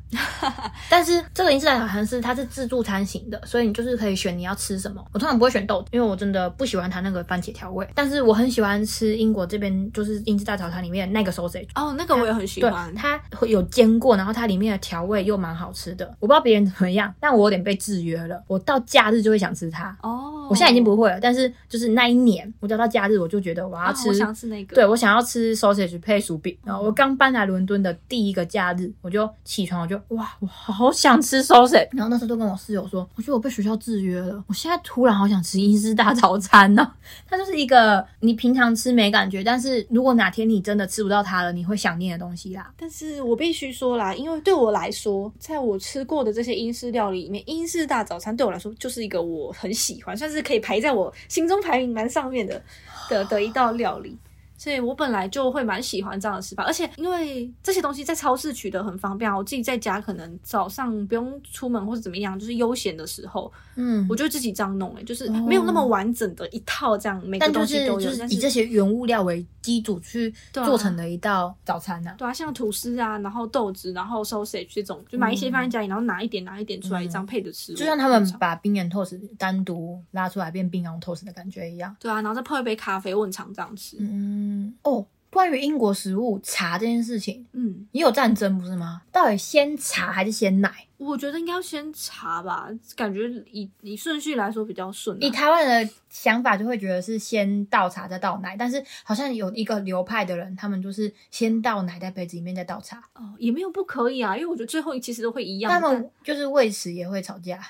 Speaker 1: 但是这个英式大早餐是它是自助餐型的，所以你就是可以选你要吃什么。我通常不会选豆，因为我真的不喜欢它那个番茄调味。但是我很喜欢吃英国这边就是英式大早餐里面那个 sausage。
Speaker 2: 哦，那个我也很喜
Speaker 1: 对
Speaker 2: 欢，，
Speaker 1: 它会有煎过，然后它里面的调味又蛮好吃的。我不知道别人怎么样，但我有点被制约了。我到假日就会想吃它。
Speaker 2: 哦，
Speaker 1: 我现在已经不会了，但是就是那一年，我只要到假日，我就觉得我要
Speaker 2: 啊，
Speaker 1: 吃，
Speaker 2: 我想吃那个，哦
Speaker 1: 对我想要吃 sausage 配薯饼。然后我刚搬来伦敦的第一个假日，我就起床，我就哇，我好想吃 sausage。然后那时候就跟我室友说，我觉得我被学校制约了，我现在突然好想吃英式大早餐呢、 它就是一个你平常吃没感觉，但是如果哪天你真的吃不到它了，你会想念的东西啦。
Speaker 2: 但是我必须说啦，因为对我来说，在我吃过的这些英式料理里面，英式大早餐对我来说就是一个我很喜欢，算是可以排在我心中排名蛮上面的的的一道料理。所以我本来就会蛮喜欢这样的吃法，而且因为这些东西在超市取得很方便啊，我自己在家可能早上不用出门或者怎么样，就是悠闲的时候，
Speaker 1: 嗯
Speaker 2: 我。就自己这样弄、欸，就是没有那么完整的一套这样，每个
Speaker 1: 哦但就
Speaker 2: 东西
Speaker 1: 是
Speaker 2: 都有，
Speaker 1: 就是
Speaker 2: 但
Speaker 1: 以这些原物料为基础去
Speaker 2: 对啊
Speaker 1: 做成的一道早餐呢、
Speaker 2: 对啊，像吐司啊，然后豆子，然后 sausage 这种，就买一些放在家里，然后拿一点拿一点出来，
Speaker 1: 嗯
Speaker 2: 这样配着吃。
Speaker 1: 就像他们把冰眼 toast 单独拉出来变冰洋 toast 的感觉一样。
Speaker 2: 对啊，然后再泡一杯咖啡，我很常这样吃。
Speaker 1: 嗯，哦，关于英国食物茶这件事情，
Speaker 2: 嗯，
Speaker 1: 也有战争不是吗？到底先茶还是先奶？
Speaker 2: 我觉得应该要先查吧，感觉以以顺序来说比较顺、
Speaker 1: 以
Speaker 2: 啊。
Speaker 1: 台湾人的想法就会觉得是先倒茶再倒奶，但是好像有一个流派的人，他们就是先倒奶在杯子里面再倒茶，
Speaker 2: 哦，也没有不可以啊，因为我觉得最后其实都会一样。
Speaker 1: 他们就是为此也会吵架，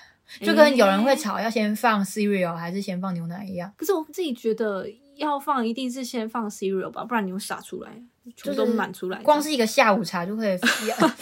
Speaker 2: 但
Speaker 1: 就跟有人会
Speaker 2: 诶
Speaker 1: 吵要先放 cereal 还是先放牛奶一样。
Speaker 2: 可是我自己觉得要放一定是先放 cereal 吧，不然你会洒出来，全部都
Speaker 1: 就是
Speaker 2: 满出来，
Speaker 1: 光是一个下午茶就会
Speaker 2: 这样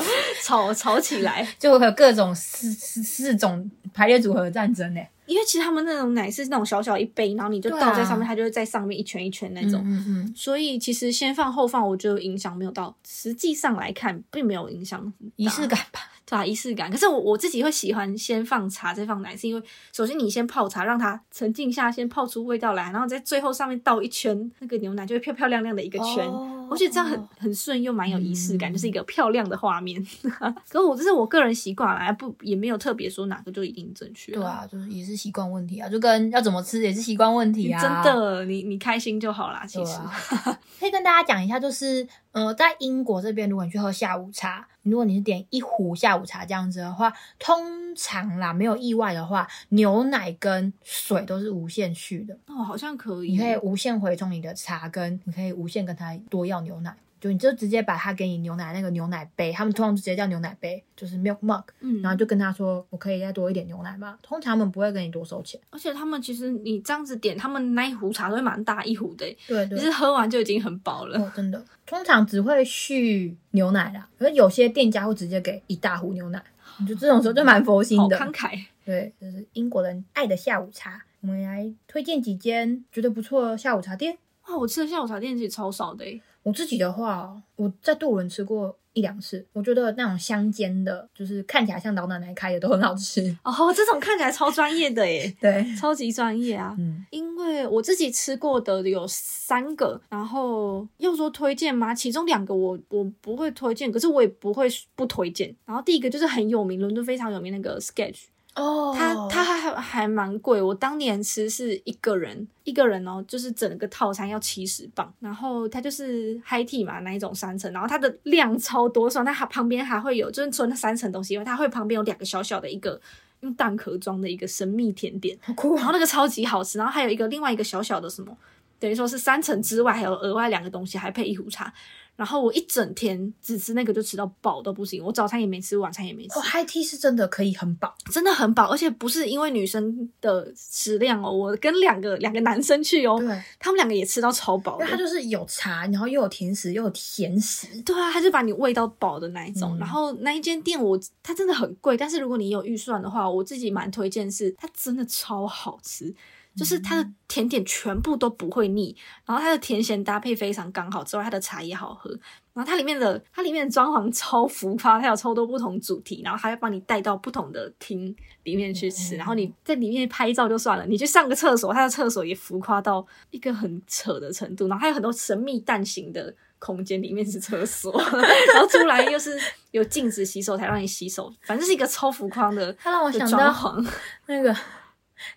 Speaker 2: 吵吵起来。
Speaker 1: 就会有各种四四四种排列组合的战争呢、
Speaker 2: 因为其实他们那种奶是那种小小一杯，然后你就
Speaker 1: 对啊
Speaker 2: 倒在上面，它就会在上面一圈一圈那
Speaker 1: 那
Speaker 2: 种。
Speaker 1: 种。嗯嗯，
Speaker 2: 所以其实先放后放，我觉得影响没有到，实际上来看并没有影响很大
Speaker 1: 仪式，感吧。
Speaker 2: 对啊，仪式感。可是我我自己会喜欢先放茶再放奶，是因为首先你先泡茶，让它沉静下，先泡出味道来，然后在最后上面倒一圈那个牛奶，就会漂漂亮亮的一个圈。
Speaker 1: 哦
Speaker 2: 我觉得这样很很顺，又蛮有仪式
Speaker 1: 嗯
Speaker 2: 感，就是一个漂亮的画面。 可是我这是我个人习惯啦，不也没有特别说哪个就一定正确。
Speaker 1: 对，啊，就是也是习惯问题啊，就跟要怎么吃也是习惯问题啊。
Speaker 2: 真。的，你你开心就好啦。其
Speaker 1: 对
Speaker 2: 实，
Speaker 1: 啊， 可以跟大家讲一下，就是呃，在英国这边，如果你去喝下午茶，如果你是点一壶下午茶这样子的话，通常啦，没有意外的话，牛奶跟水都是无限续的，
Speaker 2: 哦，好像可以，
Speaker 1: 你可以无限回充你的茶跟，你可以无限跟他多要牛奶，就你就直接把他给你牛奶那个牛奶杯，他们通常直接叫牛奶杯，就是 milk mug，
Speaker 2: 嗯，
Speaker 1: 然后就跟他说我可以再多一点牛奶吗？通常他们不会跟你多收钱，
Speaker 2: 而且他们其实你这样子点，他们那一壶茶都会蛮大一壶的欸，
Speaker 1: 对
Speaker 2: 其实喝完就已经很饱了。
Speaker 1: 哦，真的，通常只会续牛奶啦，可是有些店家会直接给一大壶牛奶，你就这种时候就蛮佛心
Speaker 2: 好
Speaker 1: 的。
Speaker 2: 慷慨，
Speaker 1: 对，就是英国人爱的下午茶。我们来推荐几间觉得不错的下午茶店。
Speaker 2: 哇！我吃的下午茶店其实超少的欸，
Speaker 1: 我自己的话哦，我在杜伦吃过一两次，我觉得那种香煎的，就是看起来像老奶奶开的都很好吃。，
Speaker 2: 哦，这种看起来超专业的耶
Speaker 1: 对，
Speaker 2: 超级专业啊！
Speaker 1: 嗯，
Speaker 2: 因为我自己吃过的有三个，然后要说推荐吗？其中两个我我不会推荐，可是我也不会不推荐。然后第一个就是很有名，伦敦非常有名那个 Sketch，
Speaker 1: 哦
Speaker 2: 它它还还蛮贵，我当年吃是一个人一个人哦，就是整个套餐要七十磅，然后它就是 high tea 嘛那一种三层，然后它的量超多，所以它还旁边还会有，就是除了那三层东西以外，它会旁边有两个小小的一个用蛋壳装的一个神秘甜点，
Speaker 1: 好酷
Speaker 2: 然
Speaker 1: 啊！
Speaker 2: 后那个超级好吃，然后还有一个另外一个小小的什么，等于说是三层之外还有额外两个东西，还配一壶茶。然后我一整天只吃那个就吃到饱都不行，我早餐也没吃，晚餐也没吃
Speaker 1: 哦，。嗨 T 是真的可以很饱，
Speaker 2: 真的很饱，而且不是因为女生的食量哦，我跟两个两个男生去哦，
Speaker 1: 对，
Speaker 2: 他们两个也吃到超饱
Speaker 1: 因为它
Speaker 2: 的。
Speaker 1: 就是有茶，然后又有甜食，又有甜食。
Speaker 2: 对啊，他就把你喂到饱的那一
Speaker 1: 嗯
Speaker 2: 种。然后那一间店我它真的很贵，但是如果你有预算的话，我自己蛮推荐是它真的超好吃。就是它
Speaker 1: 嗯
Speaker 2: 的甜点全部都不会腻，然后它的甜咸搭配非常刚好，之外它的茶也好喝，然后它里面的它里面的装潢超浮夸，它有超多不同主题，然后它会帮你带到不同的厅里面
Speaker 1: 哦
Speaker 2: 去吃，然后你在里面拍照就算了，你去上个厕所，它的厕所也浮夸到一个很扯的程度，然后还有很多神秘蛋形的。空间里面是厕所， 然后出来又是有镜子洗手台让你洗手，反正是一个超浮夸的。
Speaker 1: 它让我想
Speaker 2: 的
Speaker 1: 到
Speaker 2: 装潢
Speaker 1: 那个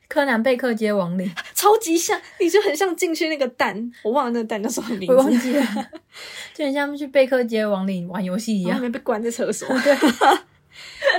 Speaker 1: 柯南贝克街亡灵，
Speaker 2: 超级像，你就很像进去那个蛋，我忘了那个蛋叫什么名 字，
Speaker 1: 我忘记了， 就很像去贝克街亡灵玩游戏一
Speaker 2: 然后
Speaker 1: 样。
Speaker 2: 没被关在厕 所。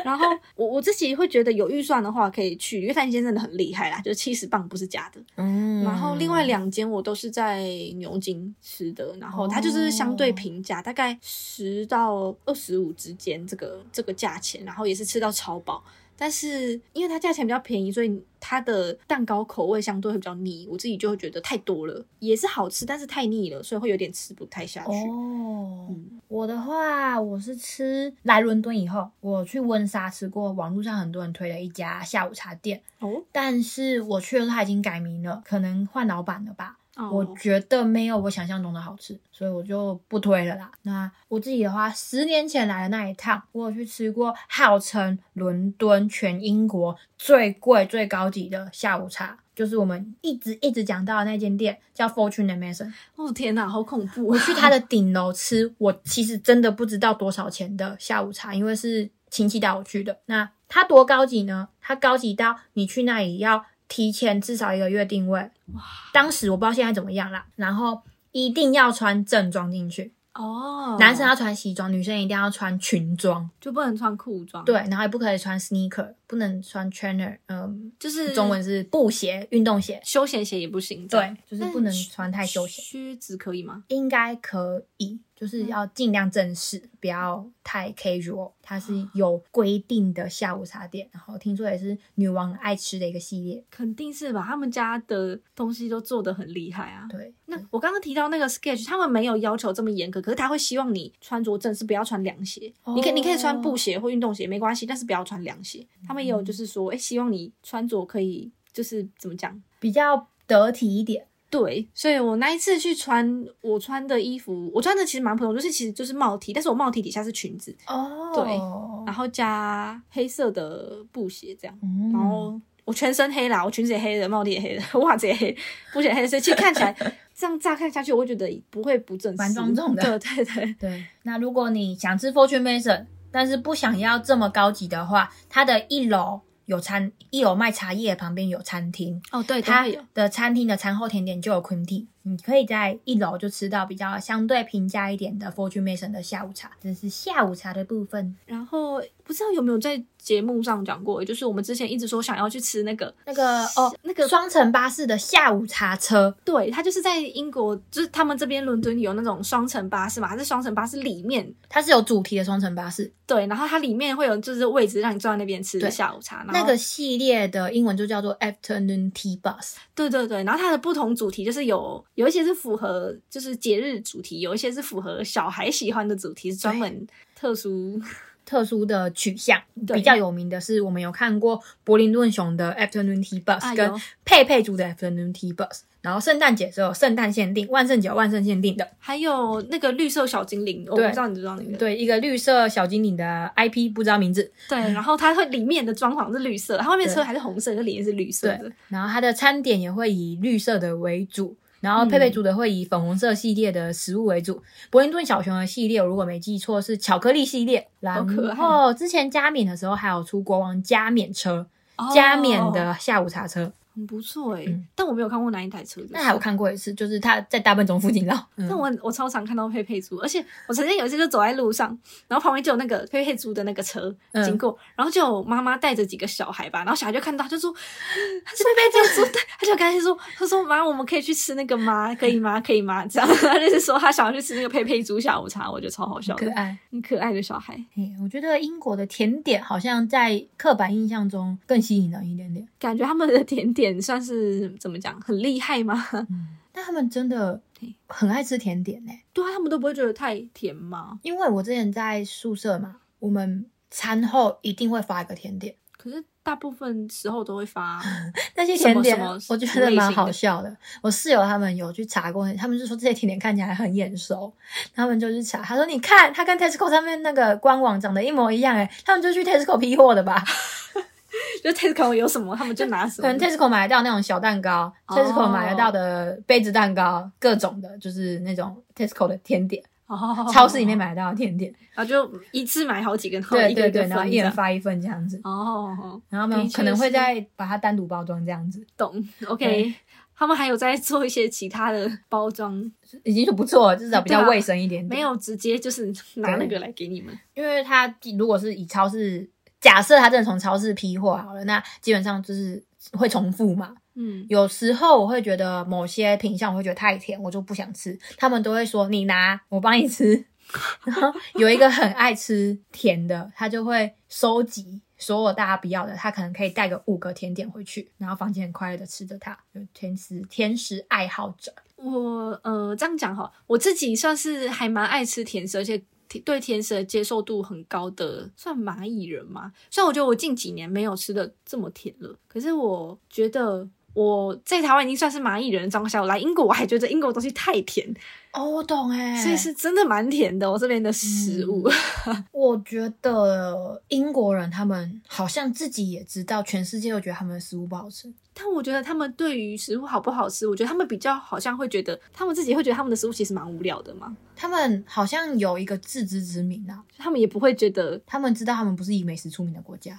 Speaker 2: 然后我我自己会觉得有预算的话可以去，因为范先生真的很厉害啦，就是七十磅不是假的。
Speaker 1: 嗯
Speaker 2: 然后另外两间我都是在牛津吃的，然后它就是相对平价，大概十到二十五之间这个这个价钱，然后也是吃到超饱。但是因为它价钱比较便宜，所以它的蛋糕口味相对会比较腻，我自己就会觉得太多了，也是好吃，但是太腻了，所以会有点吃不太下去。
Speaker 1: 哦，我的话，我是吃来伦敦以后，我去温莎吃过网络上很多人推的一家下午茶店，
Speaker 2: 哦，
Speaker 1: 但是我去了，它已经改名了，可能换老板了吧。我
Speaker 2: 哦
Speaker 1: 觉得没有我想象中的好吃，所以我就不推了啦。那我自己的话，十年前来的那一趟，我有去吃过号称伦敦全英国最贵最高级的下午茶，就是我们一直一直讲到的那间店，叫 Fortune and Mason。
Speaker 2: 哦天哪，好恐怖！
Speaker 1: 我去他的顶楼吃，我其实真的不知道多少钱的下午茶，因为是亲戚带我去的。那它多高级呢？它高级到你去那里要提前至少一个月定位。哇！当时我不知道现在怎么样啦。然后一定要穿正装进去，
Speaker 2: 哦，
Speaker 1: 男生要穿西装，女生一定要穿裙装。
Speaker 2: 就不能穿裤装，
Speaker 1: 对，，然后也不可以穿 sneaker，不能穿 trainer，嗯、
Speaker 2: 就是
Speaker 1: 中文是布鞋、运动鞋。
Speaker 2: 休闲鞋也不行，这样
Speaker 1: 对，就是不能穿太休闲。
Speaker 2: 靴子可以吗？
Speaker 1: 应该可以，
Speaker 2: 嗯
Speaker 1: 就是要尽量正式，不要太 casual。它
Speaker 2: 啊
Speaker 1: 是有规定的下午茶店，然后听说也是女王爱吃的一个系列。
Speaker 2: 肯定是吧，他们家的东西都做的很厉害啊。
Speaker 1: 对，
Speaker 2: 那我刚刚提到那个 sketch，他们没有要求这么严格，可是他会希望你穿着正式，不要穿凉鞋。
Speaker 1: 哦
Speaker 2: 你可以你可以穿布鞋或运动鞋没关系，但是不要穿凉鞋。
Speaker 1: 嗯
Speaker 2: 他们也有就是说，哎、希望你穿着可以就是怎么讲？
Speaker 1: 比较得体一点。
Speaker 2: 对，所以我那一次去穿我穿的衣服，我穿的其实蛮普通，就是其实就是帽 T，但是我帽 T 底下是裙子，
Speaker 1: 哦
Speaker 2: 然后加黑色的布鞋这样。
Speaker 1: 嗯
Speaker 2: 然后我全身黑啦，我裙子也黑的，帽子也黑的，袜子也黑，布鞋也黑的，所以其实看起 来这样乍看下去，我会觉得不会不正式，
Speaker 1: 蛮庄重的
Speaker 2: 对对对，
Speaker 1: 对，那如果你想吃 Fortune Mason，但是不想要这么高级的话，它的一楼有餐，一楼卖茶叶，旁边有餐厅。
Speaker 2: 哦对，
Speaker 1: 它
Speaker 2: 它有
Speaker 1: 的餐厅的餐后甜点就有 cream tea，你可以在一楼就吃到比较相对平价一点的 Fortune Mason 的下午茶，这是下午茶的部分。
Speaker 2: 然后不知道有没有在节目上讲过，就是我们之前一直说想要去吃那个
Speaker 1: 那个哦，
Speaker 2: 那个，
Speaker 1: 双层巴士的下午茶车，
Speaker 2: 对，它就是在英国，就是他们这边伦敦有那种双层巴士嘛，它是双层巴士里面。
Speaker 1: 它是有主题的双层巴士，
Speaker 2: 对，然后它里面会有就是位置让你坐在那边吃
Speaker 1: 对
Speaker 2: 下午茶，然后
Speaker 1: 那个系列的英文就叫做 Afternoon Tea Bus。
Speaker 2: 对对对，然后它的不同主题就是有有一些是符合就是节日主题，有一些是符合小孩喜欢的主题，是专门特殊。
Speaker 1: 特殊的取向
Speaker 2: 对
Speaker 1: 比较有名的是，我们有看过柏林顿熊的 Afternoon Tea Bus、
Speaker 2: 哎呦
Speaker 1: 跟佩佩猪的 Afternoon Tea Bus，然后圣诞节是有圣诞限定，万圣节有万圣限定的，
Speaker 2: 还有那个绿色小精灵，我不
Speaker 1: 对
Speaker 2: 知道你知道那个
Speaker 1: 对，一个绿色小精灵的 IP 不知道名字，
Speaker 2: 对，然后它会里面的装潢是绿色，它外面
Speaker 1: 对
Speaker 2: 车还是红色，可里面是绿色的。
Speaker 1: 然后它的餐点也会以绿色的为主，然后
Speaker 2: 嗯
Speaker 1: 佩佩煮的会以粉红色系列的食物为主。柏林顿小熊的系列，我如果没记错是巧克力系列。
Speaker 2: 好
Speaker 1: 然
Speaker 2: 可爱
Speaker 1: 后之前加冕的时候还有出国王加冕车，
Speaker 2: 哦
Speaker 1: 加冕的下午茶车，
Speaker 2: 很不错哎、
Speaker 1: 嗯
Speaker 2: 但我没有看过哪一台车。
Speaker 1: 那还有看过一次，就是它在大笨钟附近绕。嗯
Speaker 2: 但我我超常看到佩佩猪，而且我曾经有一次就走在路上，然后旁边就有那个佩佩猪的那个车
Speaker 1: 嗯
Speaker 2: 经过，然后就有妈妈带着几个小孩吧，然后小孩就看到就说，他是佩佩猪，对，他就赶紧说，他说妈，我们可以去吃那个吗？可以吗？可以吗？这样，他就是说他想要去吃那个佩佩猪下午茶，我觉得超好笑
Speaker 1: 可
Speaker 2: 的，
Speaker 1: 爱，
Speaker 2: 很可爱的小孩，
Speaker 1: 嘿，我觉得英国的甜点好像在刻板印象中更吸引人一点点。
Speaker 2: 感觉他们的甜点算是怎么讲，很厉害吗？
Speaker 1: 但他们真的
Speaker 2: 对
Speaker 1: 很爱吃甜点呢、
Speaker 2: 对啊，他们都不会觉得太甜吗？
Speaker 1: 因为我之前在宿舍嘛，我们餐后一定会发一个甜点，
Speaker 2: 可可是大部分时候都会发，啊
Speaker 1: 那些甜点
Speaker 2: 什么什么
Speaker 1: 我觉得蛮好笑的。我室友他们有去查过，他们就说这些甜点看起来很眼熟，他们就去查，他说你看，它跟 Tesco 上面那个官网长得一模一样，哎，他们就去 Tesco 批货的吧？
Speaker 2: 就 Tesco 有什么他们就拿 什
Speaker 1: 可能
Speaker 2: 么。
Speaker 1: Tesco 买得到那种小蛋糕、
Speaker 2: 哦
Speaker 1: t e s c o 买得到的杯子蛋糕，各种的，就是那种 Tesco 的甜点，
Speaker 2: 哦
Speaker 1: 超市里面，买得到的甜点，
Speaker 2: 然后就一次买好几根，然后
Speaker 1: 对
Speaker 2: 一个
Speaker 1: 对
Speaker 2: 一
Speaker 1: 对，
Speaker 2: 个
Speaker 1: 然后一
Speaker 2: 分这
Speaker 1: 人
Speaker 2: 样。
Speaker 1: 发一份这样子，
Speaker 2: 哦，
Speaker 1: 然后他
Speaker 2: 的
Speaker 1: 们
Speaker 2: 确
Speaker 1: 可能会
Speaker 2: 是
Speaker 1: 再把它单独包装这样子，
Speaker 2: 懂，OK
Speaker 1: 对。
Speaker 2: 他们还有在做一些其他的包装，
Speaker 1: 已经是不错了，至少比较
Speaker 2: 对啊
Speaker 1: 卫生一点点。
Speaker 2: 没有直接就是拿那个来给你们。
Speaker 1: 因为他如果是以超市，假设他真的从超市批货好了，那基本上就是会重复嘛。
Speaker 2: 嗯，
Speaker 1: 有时候我会觉得某些品相我会觉得太甜，我就不想吃，他们都会说你拿，我帮你吃。 然后有一个很爱吃甜的，他就会收集所有大家不要的，他可能可以带个五个甜点回去，然后房间很快乐的吃着它，就甜食甜食爱好者。
Speaker 2: 我呃这样讲哈，我自己算是还蛮爱吃甜食，而且甜对甜食的接受度很高的，算蚂蚁人嘛。虽然我觉得我近几年没有吃的这么甜了，可是我觉得我在台湾已经算是蚂蚁人的状况下，我来英国我还觉得英国的东西太甜，
Speaker 1: 哦，我懂哎嗯
Speaker 2: 所以是真的蛮甜的、哦。我这边的食物，
Speaker 1: 我觉得英国人他们好像自己也知道，全世界都觉得他们的食物不好吃。
Speaker 2: 但我觉得他们对于食物好不好吃，我觉得他们比较好像会觉得他们自己会觉得他们的食物其实蛮无聊的嘛，
Speaker 1: 他们好像有一个自知之明啊，
Speaker 2: 就他们也不会觉得
Speaker 1: 他们知道他们不是以美食出名的国家。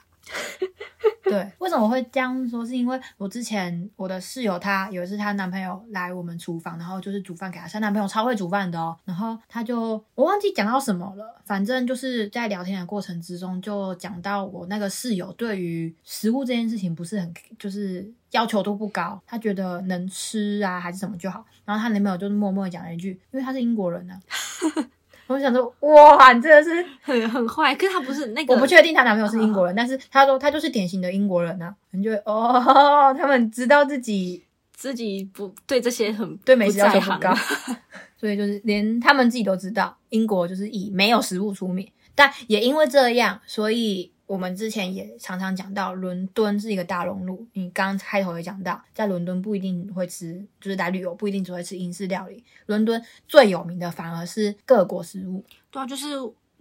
Speaker 1: 对，为什么我会这样说？是因为我之前我的室友她有一次她男朋友来我们厨房，然后就是煮饭给她吃，她男朋友超会煮饭的哦。然后她就我忘记讲到什么了，反正就是在聊天的过程之中就讲到我那个室友对于食物这件事情不是很就是要求都不高，她觉得能吃啊还是什么就好。然后她男朋友就是默默地讲了一句，因为他是英国人呢、啊。我就想说，哇，你真的是
Speaker 2: 很很坏，可是他不是那个，嗯
Speaker 1: 我不确定她男朋友是英国人，但是她说她就是典型的英国人啊，你就会哦，他们知道自己
Speaker 2: 自己不对这些很
Speaker 1: 对美食要求
Speaker 2: 不
Speaker 1: 不
Speaker 2: 在
Speaker 1: 高
Speaker 2: 行，
Speaker 1: 所以就是连他们自己都知道，英国就是以没有食物出名，但也因为这样，所以。我们之前也常常讲到，伦敦是一个大熔炉。你刚开头也讲到，在伦敦不一定会吃，就是来旅游不一定只会吃英式料理。伦敦最有名的反而是各国食物，
Speaker 2: 对啊，就是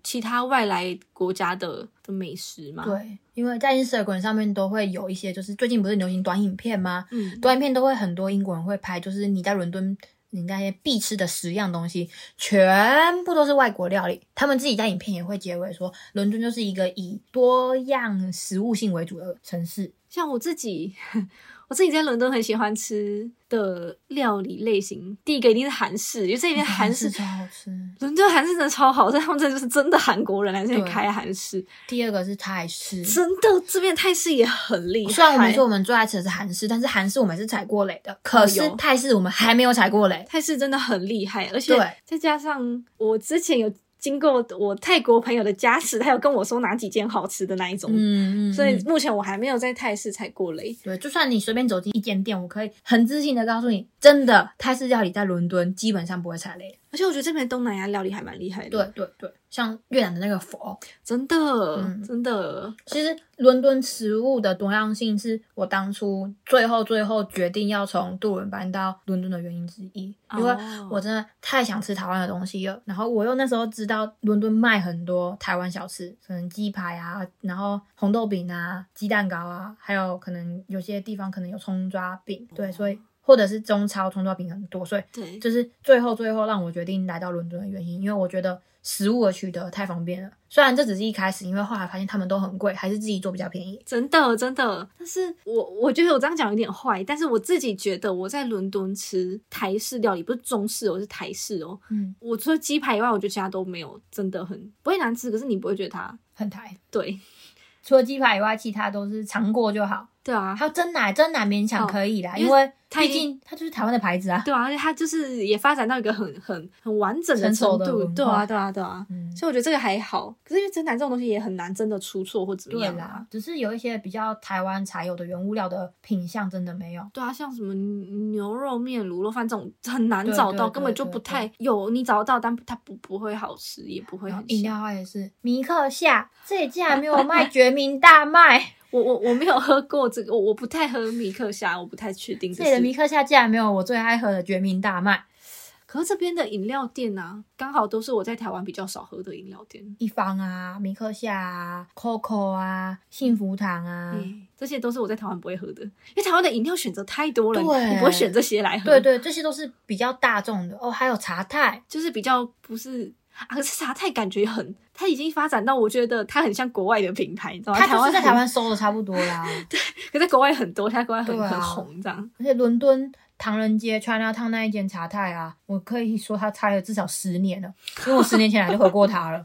Speaker 2: 其他外来国家的的美食嘛。，
Speaker 1: 对，因为在 Instagram 上面都会有一些，就是最近不是流行短影片吗？
Speaker 2: 嗯，
Speaker 1: 短影片都会很多英国人会拍，就是你在伦敦你那些必吃的十样东西，全部都是外国料理。他们自己在影片也会结尾说，伦敦就是一个以多样食物性为主的城市。
Speaker 2: 像我自己， 我自己在伦敦很喜欢吃的料理类型，第一个一定是韩式，因为这边韩式。
Speaker 1: 超好吃。
Speaker 2: 伦敦韩式真的超好，但他们这就是真的韩国人来这里
Speaker 1: 对
Speaker 2: 开韩式，
Speaker 1: 第二个是泰式。
Speaker 2: 真的这边泰式也很厉害。
Speaker 1: 虽然我们说我们最爱吃的是韩式，但是韩式我们是踩过雷的，可是
Speaker 2: 哦有
Speaker 1: 泰式我们还没有踩过雷。
Speaker 2: 泰式真的很厉害，而且
Speaker 1: 对
Speaker 2: 再加上我之前有经过我泰国朋友的加持，他有跟我说哪几间好吃的那一种，
Speaker 1: 嗯，嗯
Speaker 2: 所以
Speaker 1: 嗯
Speaker 2: 目前我还没有在泰式踩过雷。
Speaker 1: 对，就算你随便走进一间店，我可以很自信的告诉你，真的泰式料理在伦敦基本上不会踩雷。
Speaker 2: 而且我觉得这边东南亚料理还蛮厉害的，
Speaker 1: 对，对对，像越南的那个佛，
Speaker 2: 真的，
Speaker 1: 嗯
Speaker 2: 真的，
Speaker 1: 其实伦敦食物的多样性是我当初最后最后决定要从杜伦搬到伦敦的原因之一，因为
Speaker 2: 哦
Speaker 1: 我真的太想吃台湾的东西了。然后我又那时候知道伦敦卖很多台湾小吃，可能鸡排啊，然后红豆饼啊，鸡蛋糕啊，还有可能有些地方可能有葱抓饼，对，所以或者是中超葱抓饼很多，所以
Speaker 2: 对，
Speaker 1: 就是最后最后让我决定来到伦敦的原因，因为我觉得食物的取得太方便了。虽然这只是一开始，因为后来发现他们都很贵，还是自己做比较便宜。
Speaker 2: 真的，真的。但是我我觉得我这样讲有点坏，但是我自己觉得我在伦敦吃台式料理，不是中式哦，是台式哦。
Speaker 1: 嗯，
Speaker 2: 我除了鸡排以外，我觉得其他都没有，真的很不会难吃，可是你不会觉得它
Speaker 1: 很台。
Speaker 2: 对。
Speaker 1: 除了鸡排以外，其他都是尝过就好。
Speaker 2: 对啊，
Speaker 1: 还有蒸奶，蒸奶勉强可以啦，
Speaker 2: 哦
Speaker 1: 因为
Speaker 2: 它已
Speaker 1: 毕
Speaker 2: 经
Speaker 1: 竟它就是台湾的牌子啊。
Speaker 2: 对啊，而且它就是也发展到一个很很很完整的
Speaker 1: 成
Speaker 2: 程
Speaker 1: 熟的
Speaker 2: 度，
Speaker 1: 文
Speaker 2: 对啊，
Speaker 1: 化
Speaker 2: 对啊，对啊。
Speaker 1: 嗯，
Speaker 2: 所以我觉得这个还好，可是因为真奶这种东西也很难真的出错或怎么
Speaker 1: 对
Speaker 2: 样啊
Speaker 1: 啦。，只是有一些比较台湾才有的原物料的品相真的没有。
Speaker 2: 对啊，像什么牛肉面、卤肉饭这种很难
Speaker 1: 对
Speaker 2: 找
Speaker 1: 对
Speaker 2: 到，
Speaker 1: 对
Speaker 2: 根本就
Speaker 1: 对
Speaker 2: 不
Speaker 1: 对
Speaker 2: 太有。你找得到，但它不不会好吃，也不会
Speaker 1: 然后
Speaker 2: 很
Speaker 1: 饮
Speaker 2: 香。
Speaker 1: 料的话也是，米克夏这一竟然没有卖决明大麦，
Speaker 2: 我我我没有喝过这个，我我不太喝米克虾，我不太确定这
Speaker 1: 这里的
Speaker 2: 是。
Speaker 1: 米克夏竟然没有我最爱喝的决明大麦，
Speaker 2: 可是这边的饮料店啊，刚好都是我在台湾比较少喝的饮料店。
Speaker 1: 一方啊、米克夏啊、COCO 啊、幸福堂啊。
Speaker 2: 嗯，这些都是我在台湾不会喝的，因为台湾的饮料选择太多了，
Speaker 1: 对
Speaker 2: 你不会选这些来喝。
Speaker 1: 对，对，这些都是比较大众的哦。还有茶太，
Speaker 2: 就是比较不是啊。可是茶太感觉很，它已经发展到我觉得它很像国外的品牌，你知道吗？
Speaker 1: 它就是在台
Speaker 2: 很，
Speaker 1: 湾收的差不多 啦。
Speaker 2: 可在国外很多，它在国外很、
Speaker 1: 对啊
Speaker 2: 很红这样。
Speaker 1: 而且伦敦唐人街 China Town 那一间茶太啊，我可以说它开了至少十年了，因为我十年前来就喝过它 了。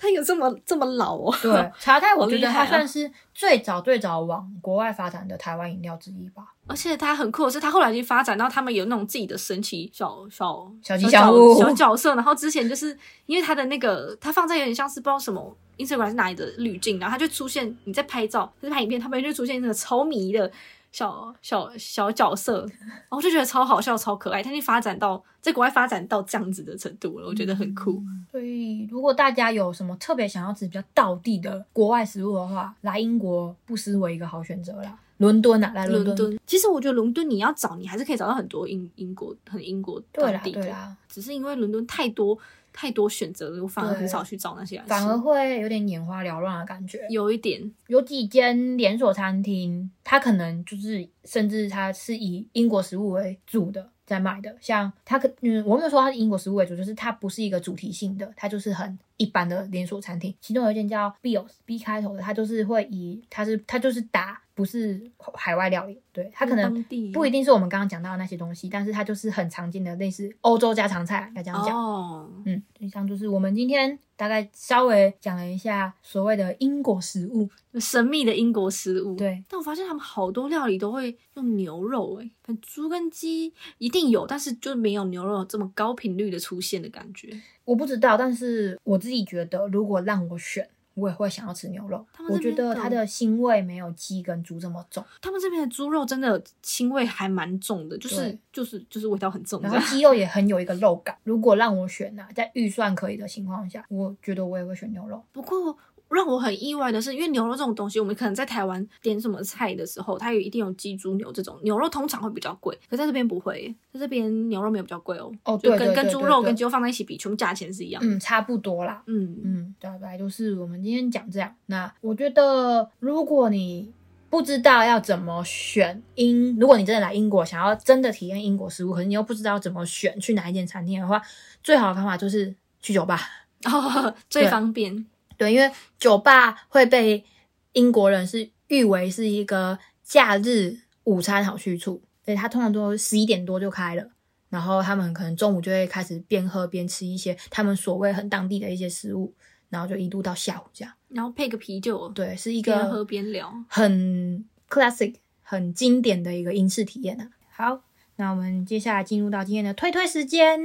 Speaker 2: 它有这么这么老哦？
Speaker 1: 对，茶太我觉得
Speaker 2: 好厉
Speaker 1: 它
Speaker 2: 害啊
Speaker 1: 算是最早最早往国外发展的台湾饮料之一吧。
Speaker 2: 而且它很酷的是，它后来已经发展到他们有那种自己的神奇小小
Speaker 1: 小吉祥物
Speaker 2: 小角小角色。然后之前就是因为它的那个，它放在有点像是不知道什么 Instagram 还是哪里的滤镜，然后它就出现你在拍照，就是拍影片，他们就出现那个超迷的小小小角色，然后我就觉得超好笑、超可爱。它已经发展到在国外发展到这样子的程度了，我觉得很酷。
Speaker 1: 所以，如果大家有什么特别想要吃比较道地的国外食物的话，来英国不失为一个好选择啦。伦敦啊，来伦
Speaker 2: 伦敦，其实我觉得伦敦你要找，你还是可以找到很多英英国很英国
Speaker 1: 对啦
Speaker 2: 当地啊的
Speaker 1: 对啦，
Speaker 2: 只是因为伦敦太多太多选择了，我反而
Speaker 1: 对
Speaker 2: 很少去找那些来吃。
Speaker 1: 反而会有点眼花缭乱的感觉。
Speaker 2: 有一点，
Speaker 1: 有几间连锁餐厅，它可能就是甚至它是以英国食物为主的在卖的，像它可嗯，我没有说它是英国食物为主，就是它不是一个主题性的，它就是很一般的连锁餐厅。其中有一间叫 Bills B 开头的，它就是会以它是它就是打不是海外料理，对它可能
Speaker 2: 当地
Speaker 1: 不一定是我们刚刚讲到的那些东西，但是它就是很常见的类似欧洲家常菜，啊要这样讲。
Speaker 2: 哦，
Speaker 1: 嗯，以上就是我们今天大概稍微讲了一下所谓的英国食物。
Speaker 2: 神秘的英国食物。，
Speaker 1: 对，
Speaker 2: 但我发现他们好多料理都会用牛肉、欸，哎，猪跟鸡一定有，但是就没有牛肉这么高频率的出现的感觉。
Speaker 1: 我不知道，但是我自己觉得，如果让我选，我也会想要吃牛肉
Speaker 2: 他。们
Speaker 1: 我
Speaker 2: 这
Speaker 1: 觉
Speaker 2: 边
Speaker 1: 得它
Speaker 2: 的
Speaker 1: 的腥味没有鸡跟猪这么 重，
Speaker 2: 他们这边的猪肉真的腥味还蛮重的，就是
Speaker 1: 对
Speaker 2: 就是就是味道很重
Speaker 1: 然
Speaker 2: 的
Speaker 1: 后。鸡肉也很有一个肉感。如果让我选呐、在预算可以的情况下，我觉得我也会选牛肉。
Speaker 2: 不过让我很意外的是，因为牛肉这种东西，我们可能在台湾点什么菜的时候，它有一定有鸡、猪、牛这种牛肉，通常会比较贵，可在这边不会耶，在这边牛肉没有比较贵哦。
Speaker 1: 哦
Speaker 2: 就
Speaker 1: 对
Speaker 2: 跟
Speaker 1: 对
Speaker 2: 跟
Speaker 1: 对
Speaker 2: 猪
Speaker 1: 对
Speaker 2: 肉
Speaker 1: 对
Speaker 2: 跟鸡肉放在一起比，全部价钱是一样的。
Speaker 1: 嗯，差不多啦。
Speaker 2: 嗯嗯，
Speaker 1: 嗯，大概就是我们今天讲这样。那我觉得，如果你不知道要怎么选英，如果你真的来英国想要真的体验英国食物，可是你又不知道怎么选去哪一间餐厅的话，最好的方法就是去酒吧。
Speaker 2: 哦， 最
Speaker 1: 对
Speaker 2: 方便。
Speaker 1: 对，因为酒吧会被英国人是誉为是一个假日午餐好去处，所以它通常都十一点多就开了。然后他们可能中午就会开始边喝边吃一些他们所谓很当地的一些食物，然后就一路到下午这样。
Speaker 2: 然后配个啤酒，，
Speaker 1: 对，是一
Speaker 2: 边喝
Speaker 1: 个
Speaker 2: 边聊。
Speaker 1: 很 classic、很经典的一个英式体验啊。好，那我们接下来进入到今天的推推时间。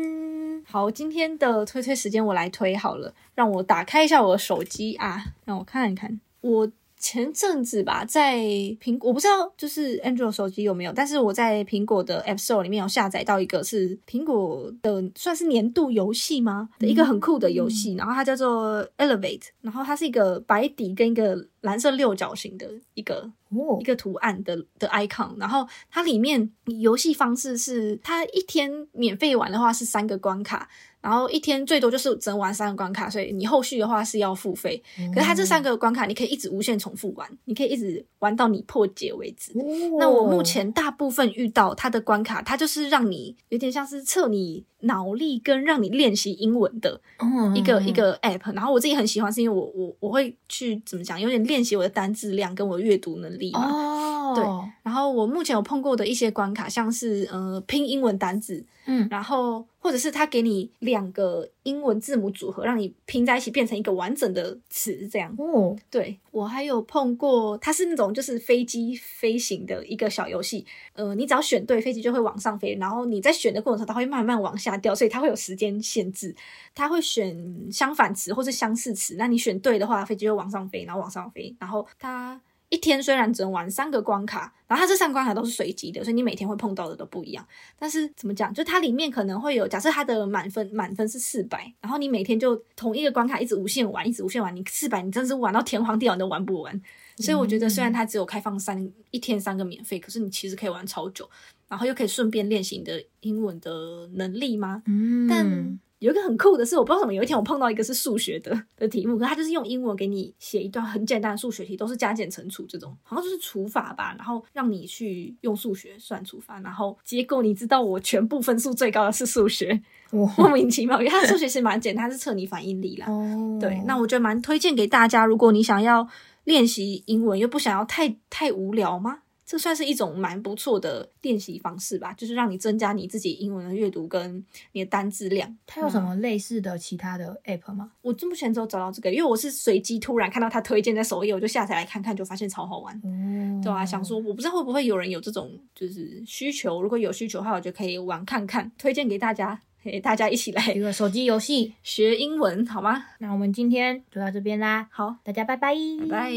Speaker 2: 好，今天的推推时间我来推好了，让我打开一下我的手机啊，让我看一看。我前阵子吧，在苹我不知道就是 Android 手机有没有，但是我在苹果的 App Store 里面有下载到一个是苹果的算是年度游戏吗的一个很酷的游戏，然后它叫做 Elevate，然后它是一个白底跟一个蓝色六角形的一个
Speaker 1: 哦
Speaker 2: 一，个图案的的 icon，然后它里面游戏方式是，它一天免费玩的话是三个关卡，然后一天最多就是只能玩三个关卡，所以你后续的话是要付费。可是它这三
Speaker 1: 哦
Speaker 2: 个关卡你可以一直无限重复玩，你可以一直玩到你破解为止。
Speaker 1: 哦
Speaker 2: 那我目前大部分遇到它的关卡，它就是让你有点像是测你脑力跟让你练习英文的，
Speaker 1: 嗯
Speaker 2: 一个一个 app，然后我自己很喜欢，是因为我我我会去怎么讲，有点练习我的单字量跟我的阅读能力嘛。
Speaker 1: 哦，
Speaker 2: 对然后我目前有碰过的一些关卡，像是呃拼英文单字，
Speaker 1: 嗯，
Speaker 2: 然后或者是他给你两个英文字母组合，让你拼在一起变成一个完整的词，这样。
Speaker 1: 哦，
Speaker 2: 对我还有碰过，它是那种就是飞机飞行的一个小游戏，呃，你只要选对飞机就会往上飞，然后你在选的过程中它会慢慢往下掉，所以它会有时间限制，它会选相反词或是相似词，那你选对的话，飞机就会往上飞，然后往上飞，然后它。一天虽然只能玩三个关卡，然后它这三个关卡都是随机的，所以你每天会碰到的都不一样。但是怎么讲，就它里面可能会有，假设它的满分满分是四百，然后你每天就同一个关卡一直无限玩，一直无限玩，你四百你真是玩到天荒地老你都玩不完，所以我觉得虽然它只有开放三一天三个免费，可是你其实可以玩超久，然后又可以顺便练习你的英文的能力吗？
Speaker 1: 嗯，
Speaker 2: 但有一个很酷的是，我不知道怎么有一天我碰到一个是数学的的题目，可它就是用英文给你写一段很简单的数学题，都是加减乘除这种，好像就是除法吧，然后让你去用数学算除法，然后结果你知道我全部分数最高的是数学，
Speaker 1: 哇
Speaker 2: 莫名其妙，因为它的数学 其实蛮简单，它是测你反应力啦。
Speaker 1: 哦，
Speaker 2: 对，那我觉得蛮推荐给大家，如果你想要练习英文又不想要太太无聊吗？这算是一种蛮不错的练习方式吧，就是让你增加你自己英文的阅读跟你的单字量。
Speaker 1: 它有什么类似的其他的 app 吗？
Speaker 2: 我目前只有找到这个，因为我是随机突然看到它推荐在首页，我就下载来看看，就发现超好玩。
Speaker 1: 哦，
Speaker 2: 对啊，想说我不知道会不会有人有这种就是需求，如果有需求的话，我就可以玩看看，推荐给大家，嘿，大家一起
Speaker 1: 一
Speaker 2: 来
Speaker 1: 个手机游戏。
Speaker 2: 学英文好吗？
Speaker 1: 那我们今天就到这边啦，
Speaker 2: 好，
Speaker 1: 大家拜拜，
Speaker 2: 拜拜。